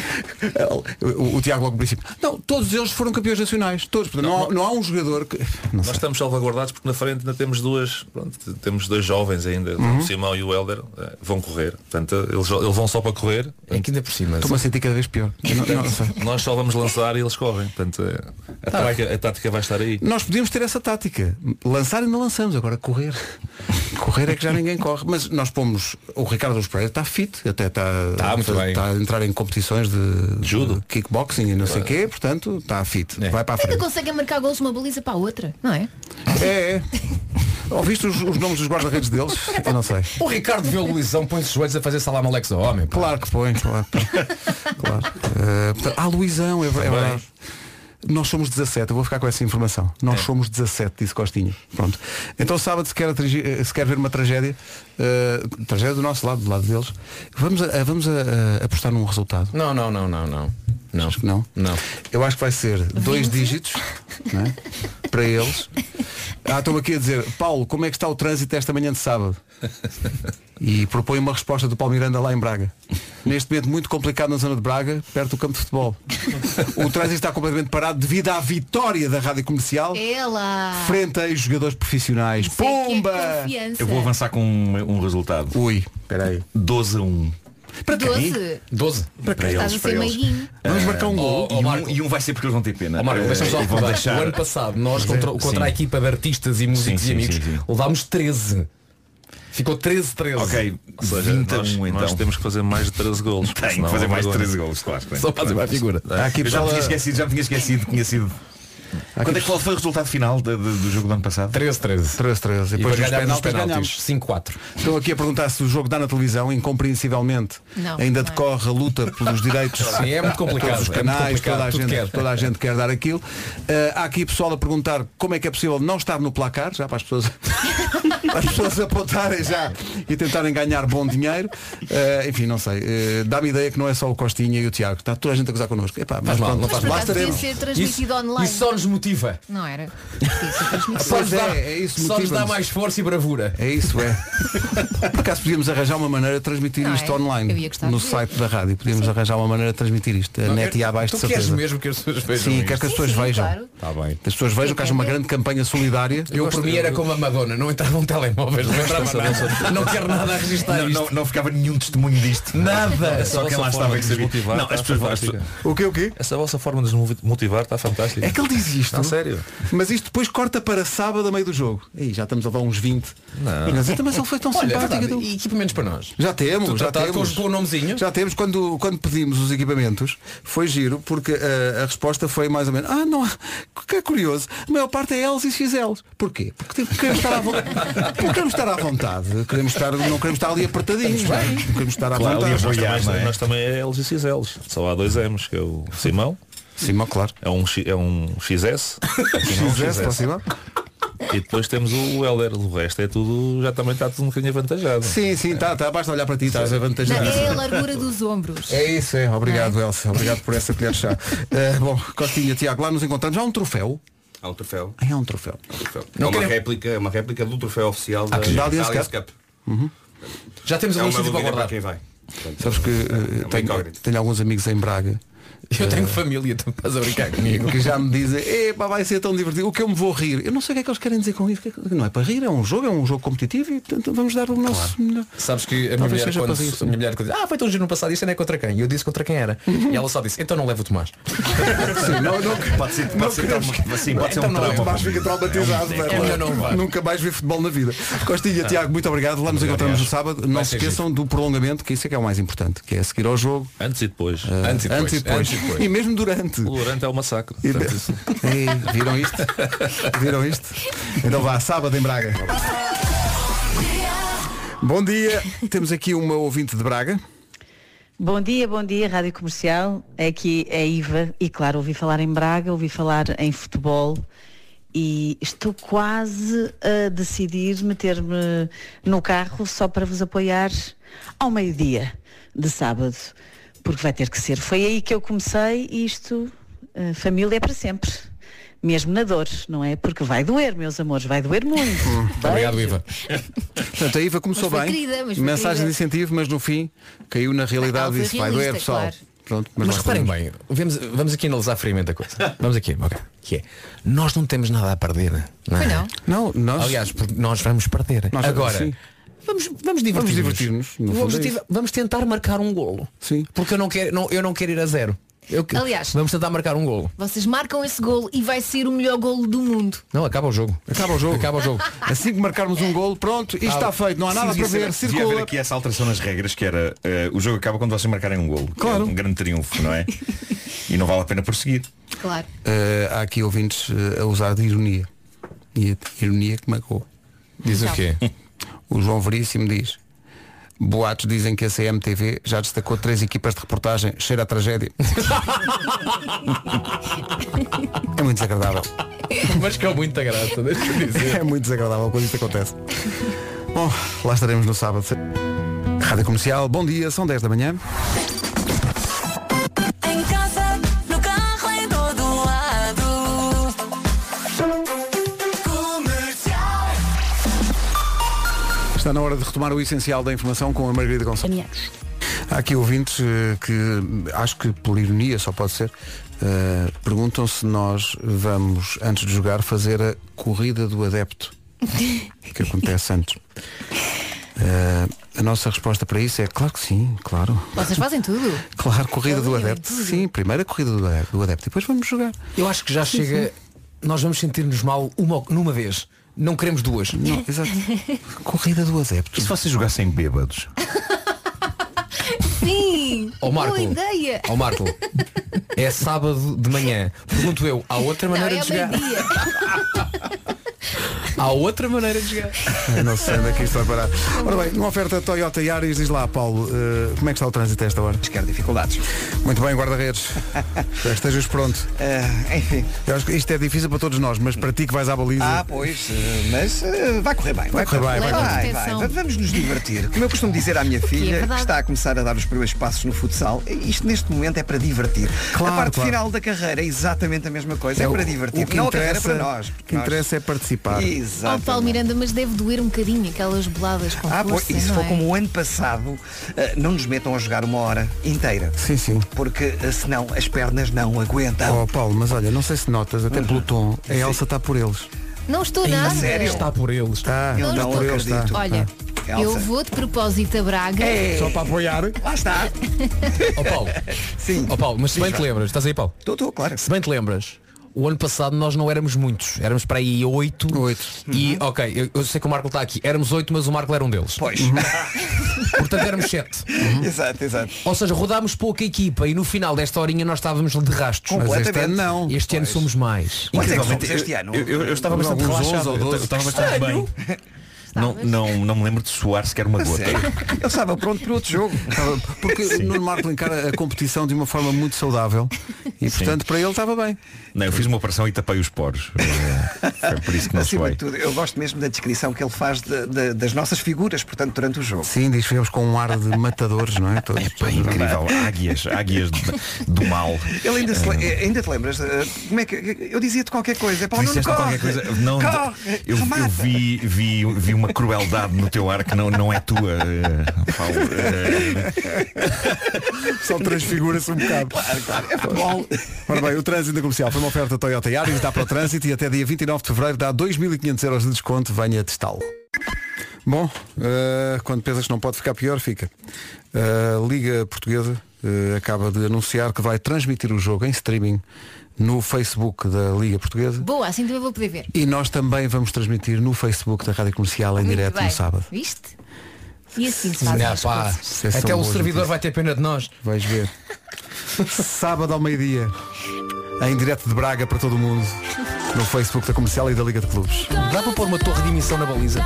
S2: [LAUGHS] o, o Tiago logo no princípio. Não, todos eles foram campeões nacionais. Todos. Portanto, Não, há, não há um jogador que. Nós
S14: estamos salvaguardados porque na frente ainda temos duas, pronto, t- temos dois jovens ainda,
S2: Uhum.
S14: o Simão e o Helder, eh, vão correr. Portanto, eles, eles vão só para correr.
S4: É que ainda por cima.
S2: Estou-me a sentir cada vez pior. Eu não- eu não sei.
S14: Nós só vamos lançar e eles correm. Portanto, eh, a,
S2: Tá
S14: tática, a tática vai estar aí.
S2: Nós podíamos ter essa tática. Lançar ainda lançamos, agora correr. Correr é que já ninguém corre. Mas nós pomos. O Ricardo dos Pereira está fit, até está,
S4: Está, Tá, muito bem.
S2: está a entrar em competições de, de kickboxing e não sei o quê, portanto está fit.
S4: É.
S2: Vai para a
S3: Não
S2: frente.
S3: conseguem é marcar golos de uma baliza para a outra, não é?
S2: É, é. Ouviste os, os nomes dos guarda-redes deles? Eu não sei.
S4: O Ricardo vê o Luizão, põe-se os joelhos a fazer salam Alex ao homem.
S2: Claro que põe, claro. claro. Eh, portanto, ah, Luizão, é, ver- é verdade. Nós somos 17, eu vou ficar com essa informação. Nós somos 17, disse Costinha. Pronto. Então sábado, se quer, atrigi- eh, se quer ver uma tragédia, eh, tragédia do nosso lado, do lado deles, vamos, a- a- vamos a- a apostar num resultado.
S4: Não, não, não, não, não.
S2: Não. Acho que não. Não. Eu acho que vai ser dois dígitos não é? para eles. Ah, estão aqui a dizer, Paulo, como é que está o trânsito esta manhã de sábado? E propõe uma resposta do Paulo Miranda lá em Braga. Neste momento muito complicado na zona de Braga, perto do campo de futebol. O trânsito está completamente parado devido à vitória da rádio comercial
S3: É. Ela! é
S2: frente a jogadores profissionais. Pumba!
S3: Confiança.
S9: Eu vou avançar com um, um resultado.
S2: Ui,
S9: peraí. 12 a 1.
S3: Para 12.
S9: 12. Para,
S3: Estás a
S9: eles,
S3: ser
S9: para eles.
S3: meiguinho.
S4: Vamos
S9: Ah,
S4: marcar um gol.
S9: e, um, e um vai ser porque eles vão ter pena.
S4: Ó Marco,
S9: Eh,
S4: deixa-me só
S9: e vão
S4: recordar.
S9: deixar-
S4: O ano passado, nós contra,
S9: Sim.
S4: contra a equipa de artistas e músicos
S9: Sim, sim,
S4: e amigos,
S9: sim, sim.
S4: levámos 13. Ficou 13, 13.
S9: Ok,
S4: Ou seja,
S9: 20 a
S4: nós-
S9: 1 então.
S4: nós
S14: temos que fazer mais de 13 golos. é
S9: Tem que fazer mais de 13 golos, claro. claro.
S14: Só fazem mais figura.
S9: Ah,
S14: Aqui
S9: eu já me
S14: pessoal-
S9: tinha esquecido, já me tinha esquecido, que tinha sido. Quando é que qual foi o resultado final de- de- do jogo do ano passado?
S4: 13-13.
S2: 13-13. E depois nos
S4: ganhámos
S2: penaltis,
S4: penaltis, 5-4.
S2: Estão aqui a perguntar se o jogo dá na televisão, incompreensivelmente.
S4: Não,
S2: ainda
S4: não é.
S2: decorre a luta pelos direitos.
S4: [LAUGHS] Sim, é muito complicado,
S2: Todos os
S4: é muito
S2: canais,
S4: complicado,
S2: toda, a
S4: tudo
S2: gente,
S4: quer.
S2: toda a gente quer dar aquilo. Ah, há aqui pessoal a perguntar como é que é possível não estar no placar, já para as pessoas, [LAUGHS] para as pessoas apontarem já e tentarem ganhar bom dinheiro. Ah, enfim, não sei. Ah, Dá-me ideia que não é só o Costinha e o Tiago. Está toda a gente a gozar connosco. Epá, mas
S4: Faz mal,
S2: pronto,
S4: não faz
S2: lá
S4: mal.
S2: estaremos.
S3: Devia ser transmitido online.
S4: Isso só nos motiva.
S3: Não era.
S2: Pois
S4: Só nos
S2: é,
S4: dá,
S2: é isso,
S4: só nos dá
S2: motiva-nos.
S4: mais força e bravura.
S2: É isso, é. Por acaso podíamos arranjar uma maneira de transmitir
S4: Não é?
S2: isto
S4: Eu ia
S2: online
S4: gostar de
S2: no
S4: ver.
S2: site da rádio. Podíamos arranjar uma maneira de transmitir isto. A
S4: Não,
S2: net
S4: quero-
S2: ia abaixo de
S4: tu queres
S2: certeza.
S4: mesmo que as pessoas vejam
S2: Sim,
S4: isto?
S2: quero que as
S4: Sim,
S2: pessoas
S4: sim,
S2: vejam.
S4: claro. Tá bem.
S2: Que as pessoas vejam que haja uma grande campanha solidária.
S4: Eu, por mim, era como a Madonna, não entrava um telemóvel, não entrava nada. Não quero nada a registrar
S9: não,
S4: isto.
S9: não, não ficava nenhum testemunho disto.
S4: Nada.
S9: Só quem lá estava que sabia. Não, as pessoas
S2: O que, o quê?
S14: tá Essa vossa forma de nos motivar está fantástica.
S2: É que ele diz isto.
S4: Tá
S14: Não, sério.
S2: Mas isto depois corta para sábado a meio do jogo. Aí já estamos a dar uns 20.
S14: Não.
S2: Mas então, mas ele foi tão
S4: Olha, é
S2: simpático. então.
S4: verdade, E equipamentos para nós.
S2: Já temos,
S4: Tu
S2: já
S4: tratado
S2: temos.
S4: com os- com o nomezinho?
S2: Já temos. Quando, quando pedimos os equipamentos, foi giro, porque eh, a resposta foi mais ou menos, ah, não, há- que é curioso, a maior parte é L's e XL's. Porquê? Porque tem- queremos estar à vontade. Porque queremos estar à vontade. Queremos estar, não queremos estar ali apertadinhos. Não, é? queremos estar à vontade.
S14: nós, também, nós também é L's e XL's. Só há dois M's, que é o Simão.
S2: Simão, claro.
S14: É um, X- é um XS.
S2: XS para cima.
S14: E depois temos o Helder. O resto é tudo. Já também está tudo um bocadinho avantajado.
S2: Sim, sim, está, está. Basta olhar para ti, estás
S3: Não,
S2: avantajado.
S3: é a largura dos ombros.
S2: É isso, é. Obrigado, Elsa. Obrigado por essa colher de chá. Eh, bom, Costinha, Tiago, lá nos encontramos. Há um troféu.
S12: Há um troféu.
S2: É um troféu.
S12: é uma réplica, é uma réplica do troféu oficial da,
S2: Ah, que
S12: da
S2: Allianz
S12: Allianz
S2: Cup.
S12: Cup.
S2: Uhum.
S4: Já temos
S12: é
S4: algum
S12: uma
S4: sítio para
S12: dúvida para
S4: guardar.
S12: quem vai.
S2: Sabes que eh, tenho, tenho alguns amigos em Braga.
S4: Eu tenho
S2: eh,
S4: família, tu estás a brincar comigo.
S2: que já me dizem, epá, vai ser tão divertido. O que eu me vou rir? Eu não sei o que é que eles querem dizer com isso. O que é que- Não é para rir, é um jogo, é um jogo competitivo e portanto, vamos dar o nosso melhor.
S4: Sabes que a minha,
S2: Talvez
S4: mulher,
S2: seja
S4: quando,
S2: para isso.
S4: a minha mulher quando diz, ah, foi tão giro no passado, isto não é contra quem? E eu disse contra quem era.
S2: Uhum.
S4: E ela só disse, então não leva o Tomás.
S9: Pode ser, pode ser, trauma- sim, pode ser
S2: Então
S9: um
S2: não,
S9: trauma.
S2: Tomás fica traumatizado.
S9: É um-
S2: vai
S9: é
S2: lá.
S9: melhor não vá.
S2: Nunca mais vê futebol na vida. Costinha,
S9: Não.
S2: Tiago, muito obrigado. Lá nos
S14: Obrigado,
S2: encontramos no
S14: Tiago.
S2: sábado. Não
S14: Vai
S2: se
S14: ser
S2: esqueçam do prolongamento, que isso é que é o mais importante, que é seguir ao jogo.
S14: Antes e depois.
S4: Ah,
S2: eh,
S14: Antes e depois. Antes e depois.
S2: E mesmo durante.
S14: O Durante é o massacre.
S2: E-
S14: Portanto, isso-
S2: Ei, viram
S4: [LAUGHS]
S2: isto? Viram isto? Então vá, sábado em Braga. Bom dia, temos aqui uma ouvinte de Braga.
S18: Bom dia, bom dia, Rádio Comercial. Aqui é Iva e claro, ouvi falar em Braga, ouvi falar em futebol e estou quase a decidir meter-me no carro só para vos apoiar ao meio-dia de sábado, porque vai ter que ser. Foi aí que eu comecei e isto, eh, família é para sempre. Mesmo na dor, não é? Porque vai doer, meus amores, vai doer muito.
S2: Obrigado, Iva. Portanto, a Iva começou
S18: Mas foi
S2: bem.
S18: querida, mas foi
S2: Mensagem
S18: querida. Ah,
S2: de incentivo, mas no fim caiu na realidade e disse, vai doer, pessoal. Pronto,
S4: mas
S2: nós
S4: reparem
S2: podemos.
S4: bem, vemos- vamos aqui analisar friamente a coisa. Vamos aqui, ok. Que é, nós não temos nada a perder. Não, é?
S2: Foi não. Não, nós-
S4: Aliás, porque nós vamos perder.
S2: Nós-
S4: Agora,
S2: sim.
S4: vamos, vamos divertir-nos.
S2: Vamos divertir-nos, no
S4: O
S2: fundo é
S4: objetivo-
S2: isso.
S4: vamos tentar marcar um golo.
S2: Sim.
S4: Porque eu não quero, não, eu não quero ir a zero. Eu que-
S3: Aliás-
S4: vamos tentar marcar um golo.
S3: Vocês marcam esse golo e vai ser o melhor golo do mundo.
S4: Não, acaba o jogo.
S2: Acaba o jogo.
S4: Acaba o jogo.
S2: Assim que marcarmos um golo, pronto, isto
S9: Ah,
S2: está feito, não há nada
S9: sim,
S2: para
S9: devia
S2: ver,
S9: ser- devia haver
S2: circula.
S9: aqui essa alteração nas regras que era eh, o jogo acaba quando vocês marcarem um golo. Claro. um grande triunfo, não é? e não vale a pena prosseguir.
S3: Claro.
S2: Eh, há aqui ouvintes eh, a usar de ironia. E a ironia que magoou.
S4: Diz o Então. quê?
S2: O João Veríssimo diz. Boatos dizem que a CMTV já destacou três equipas de reportagem. Cheira a tragédia. é muito desagradável.
S4: Mas que é muito graça, deixa eu dizer.
S2: É muito desagradável quando isto acontece. Bom, lá estaremos no sábado. Rádio Comercial, bom dia, são 10 da manhã.
S5: Em casa,
S2: Está na hora de retomar o essencial da informação com a Margarida Gonçalves. Há aqui ouvintes eh, que acho que por ironia só pode ser, eh, perguntam se nós vamos, antes de jogar, fazer a corrida do adepto que acontece antes. Eh, a nossa resposta para isso é claro que sim, claro.
S3: Vocês fazem tudo.
S2: Claro, Ah, corrida do adepto. Sim, primeira corrida do adepto, do adepto. Depois vamos jogar.
S8: Eu acho que já
S2: Sim,
S8: chega.
S2: sim.
S8: Nós vamos sentir-nos mal uma, numa vez. Não queremos duas.
S2: Não, exato. Corrida do adepto.
S9: E se vocês jogassem bêbados?
S2: [LAUGHS]
S3: Sim!
S8: Ó, Marco.
S3: Boa ideia!
S8: Ó Marco, é sábado de manhã. Pergunto eu, há outra
S3: Não,
S8: maneira
S3: é
S8: de jogar?
S2: [LAUGHS]
S3: meio-dia.
S8: Há outra maneira de jogar.
S2: Eu não sei onde é que isto vai parar. Ora bem, uma oferta Toyota Yaris, diz lá, Paulo, eh, como é que está o trânsito a esta hora?
S1: Quero dificuldades.
S2: Muito bem, [LAUGHS] guarda-redes. Já Estejas pronto.
S1: Ah, enfim.
S2: Eu acho que isto é difícil para todos nós, mas para ti que vais à baliza.
S1: Ah, pois, eh, mas eh, vai correr bem.
S2: Vai correr bem, vai correr
S1: vai,
S2: bem.
S1: vai, vai. Vamos nos divertir. Como eu costumo dizer à minha
S3: é
S1: filha, que,
S2: verdade.
S1: está a começar a dar os primeiros passos no futsal, eh, isto neste momento é para divertir.
S2: Claro,
S1: a parte
S2: claro.
S1: final da carreira é exatamente a mesma coisa, é,
S2: o-
S1: para divertir.
S2: O que
S1: não a carreira
S2: interessa,
S1: para nós.
S2: O que
S1: nós-
S2: interessa é participar.
S1: Exato.
S3: Ó Paulo Miranda, mas deve doer um bocadinho aquelas boladas com
S1: Ah, pois,
S3: força,
S1: e se
S3: não
S1: for
S3: é?
S1: como o ano passado, eh, não nos metam a jogar uma hora inteira.
S2: Sim, sim.
S1: Porque eh, senão as pernas não aguentam.
S2: Oh, Paulo, mas olha, não sei se notas, até
S1: Uhum.
S2: pelo tom, a Elsa está por eles.
S3: Não estou nada.
S2: por eles.
S8: Ah.
S2: Está,
S3: Não
S2: está
S3: estou.
S2: por eles. Está.
S3: Olha,
S2: Está.
S3: eu vou de propósito a Braga.
S2: Só para apoiar.
S1: Lá está.
S8: Ó Paulo.
S1: Sim.
S8: Ó Paulo, mas se
S1: Diz,
S8: bem te
S1: vá.
S8: lembras, estás aí Paulo?
S1: Estou, estou, claro.
S8: Se bem te lembras, o ano passado nós não éramos muitos. Éramos para aí oito. Oito. Uhum. E, ok, eu, eu sei que o Marco está aqui. Éramos oito, mas o Marco era um deles.
S1: Pois.
S8: Portanto éramos sete.
S1: Uhum.
S9: Uhum.
S1: [LAUGHS] Exato, exato.
S8: Ou seja, rodámos pouca equipa e no final desta horinha nós estávamos de rastos.
S9: Mas este ano
S8: não. Este ano somos mais.
S9: Quantos é que
S8: Incrivelmente,
S9: somos este
S8: eu-
S9: ano?
S8: eu- eu- eu estava
S9: Alguns
S8: bastante
S9: 11
S8: relaxado.
S9: ou 12.
S8: Eu estava bastante
S9: Estranho. Não, não, não me lembro de suar sequer uma
S2: A
S9: gota.
S2: sério?
S1: Eu estava pronto para outro jogo.
S2: Porque o Nuno Marco encara a competição de uma forma muito saudável e portanto para ele estava bem.
S9: Não, eu fiz uma operação e tapei os poros. Eh, Foi por isso que não
S1: Acima
S9: suei.
S1: de tudo, eu gosto mesmo da descrição que ele faz de- de- das nossas figuras, portanto, durante o jogo.
S2: Sim, diz viemos com um ar de matadores, não é? Todos,
S9: Pá, incrível. Águias, águias do, do mal.
S1: Ele ainda, se le- ainda te lembras? eh, Como é que eu dizia-te qualquer coisa? é Paulo, não
S9: Disseste
S1: Oh, corre,
S9: qualquer coisa. Não,
S1: corre,
S9: eu eu
S1: remata.
S9: vi, vi, vi uma crueldade no teu ar que não, não é tua, eh, Paulo. Eh,
S2: Só transfigura-se um bocado.
S1: É futebol.
S2: Ora bem, o trânsito da comercial foi uma oferta Toyota Yaris, dá para o trânsito e até dia 29 de fevereiro dá 2.500 euros de desconto, venha testá-lo. Bom, eh, quando pensas que não pode ficar pior, fica. Eh, A Liga Portuguesa eh, acaba de anunciar que vai transmitir o jogo em streaming no Facebook da Liga Portuguesa
S3: Boa, assim também vou poder ver.
S2: e nós também vamos transmitir no Facebook da Rádio Comercial em
S3: Muito
S2: direto
S3: bem.
S2: no sábado.
S3: Viste? E assim se fazem
S8: Ah,
S3: as
S8: pá,
S3: coisas.
S2: Isso é
S8: até
S2: só
S8: o
S2: boas
S8: servidor vai ter pena de nós.
S2: Vais ver. Sábado ao meio-dia. Em direto de Braga para todo o mundo. No Facebook da Comercial e da Liga de Clubes.
S8: Dá para pôr uma torre de emissão na baliza.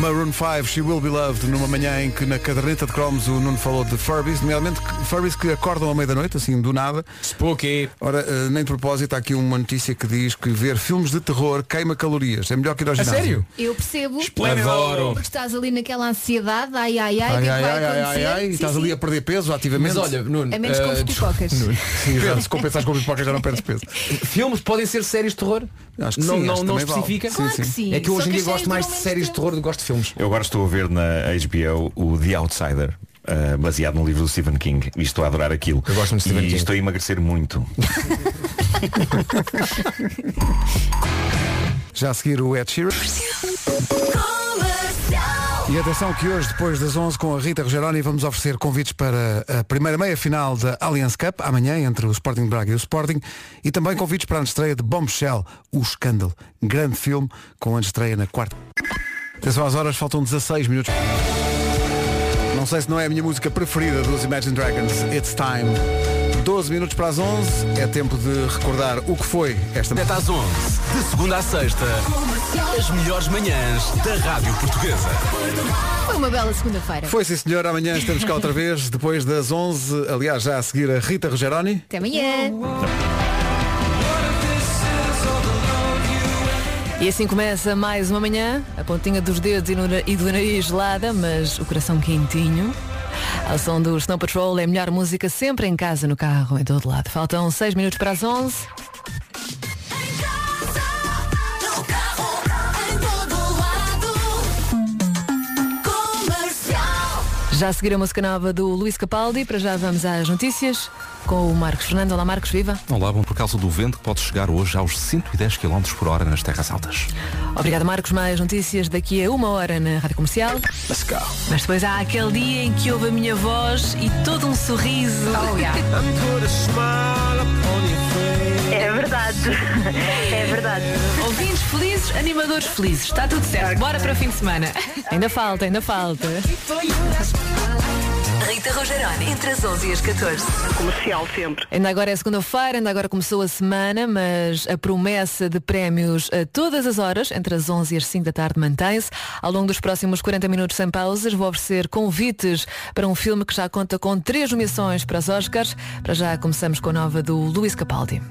S2: Maroon 5, She Will Be Loved, numa manhã em que na caderneta de cromos o Nuno falou de Furbies, nomeadamente que- Furbies que acordam à meia-da-noite, assim, do nada.
S8: Spooky.
S2: Ora, eh, nem de propósito, há aqui uma notícia que diz que ver filmes de terror queima calorias. É melhor que ir ao ginásio.
S3: Eu percebo.
S2: Esplênido. Adoro.
S3: Porque estás ali naquela ansiedade, ai ai ai, o que
S2: Ai,
S3: é que
S2: ai,
S3: vai
S2: ai, ai, ai,
S3: acontecer?
S2: ai,
S3: Sim,
S2: estás
S3: sim.
S2: ali a perder peso ativamente. É
S8: Mas olha, Nuno,
S3: A menos que
S8: eh,
S3: compres
S8: desculpa,
S3: pipocas.
S8: Nuno. [LAUGHS]
S2: Sim, exato. Se compensares com pipocas já não perdes peso.
S8: Filmes podem ser séries de terror?
S2: Acho que
S8: não
S2: sim,
S8: não,
S2: acho que
S8: não
S2: também vale.
S8: especifica?
S2: Sim, Claro sim. que sim.
S8: É que
S2: Só
S8: hoje
S2: que
S8: em dia
S2: as
S8: gosto
S2: séries
S8: mais de séries de terror do que gosto de filmes.
S9: Eu agora estou a ver na HBO o The Outsider. eh, baseado no livro do Stephen King e estou a adorar aquilo Eu gosto
S8: muito de Stephen
S9: e
S8: King.
S9: estou a emagrecer muito
S2: Já a seguir o Ed Sheeran. E atenção que hoje, depois das 11, com a Rita Rogeroni, vamos oferecer convites para a primeira meia-final da Allianz Cup, amanhã, entre o Sporting de Braga e o Sporting, e também convites para a estreia de Bombshell, O Escândalo. Grande filme, com a estreia na quarta. Atenção às horas, faltam 16 minutos. Não sei se não é a minha música preferida dos Imagine Dragons, It's Time. 12 minutos para as 11, é tempo de recordar o que foi esta...
S15: Até às 11, de segunda à sexta, as melhores manhãs da Rádio Portuguesa.
S3: Foi uma bela segunda-feira.
S2: Foi sim senhor, amanhã estamos cá outra vez, depois das 11, aliás já a seguir a Rita Rogeroni.
S3: Até amanhã. E assim começa mais uma manhã, a pontinha dos dedos e, no na- e do nariz gelada, mas o coração quentinho. Ao som do Snow Patrol é a melhor música sempre em casa, no carro, em todo lado. Faltam 6 minutos para as 11.
S5: Em todo lado.
S19: Já a seguir a música nova do Luís Capaldi, para já vamos às notícias com o Marcos Fernando. Olá Marcos, viva.
S14: Olá, bom, por causa do vento que pode chegar hoje aos 110 km por hora nas terras altas.
S19: Obrigada Marcos, mais notícias daqui a uma hora na Rádio Comercial.
S14: Let's go.
S7: Mas depois há aquele dia em que ouve a minha voz e todo um sorriso.
S19: [LAUGHS]
S7: É verdade. [LAUGHS] É verdade. Ouvintes felizes, animadores felizes. Está tudo certo. Bora para o fim de semana.
S19: Ainda falta, ainda falta.
S7: Rita Rogeroni, entre as 11 e as 14. Comercial sempre.
S19: Ainda agora é segunda-feira, ainda agora começou a semana, mas a promessa de prémios a todas as horas, entre as 11 e as 5 da tarde, mantém-se. Ao longo dos próximos 40 minutos sem pausas, vou oferecer convites para um filme que já conta com três nomeações para os Oscars. Para já começamos com a nova do Luís Capaldi.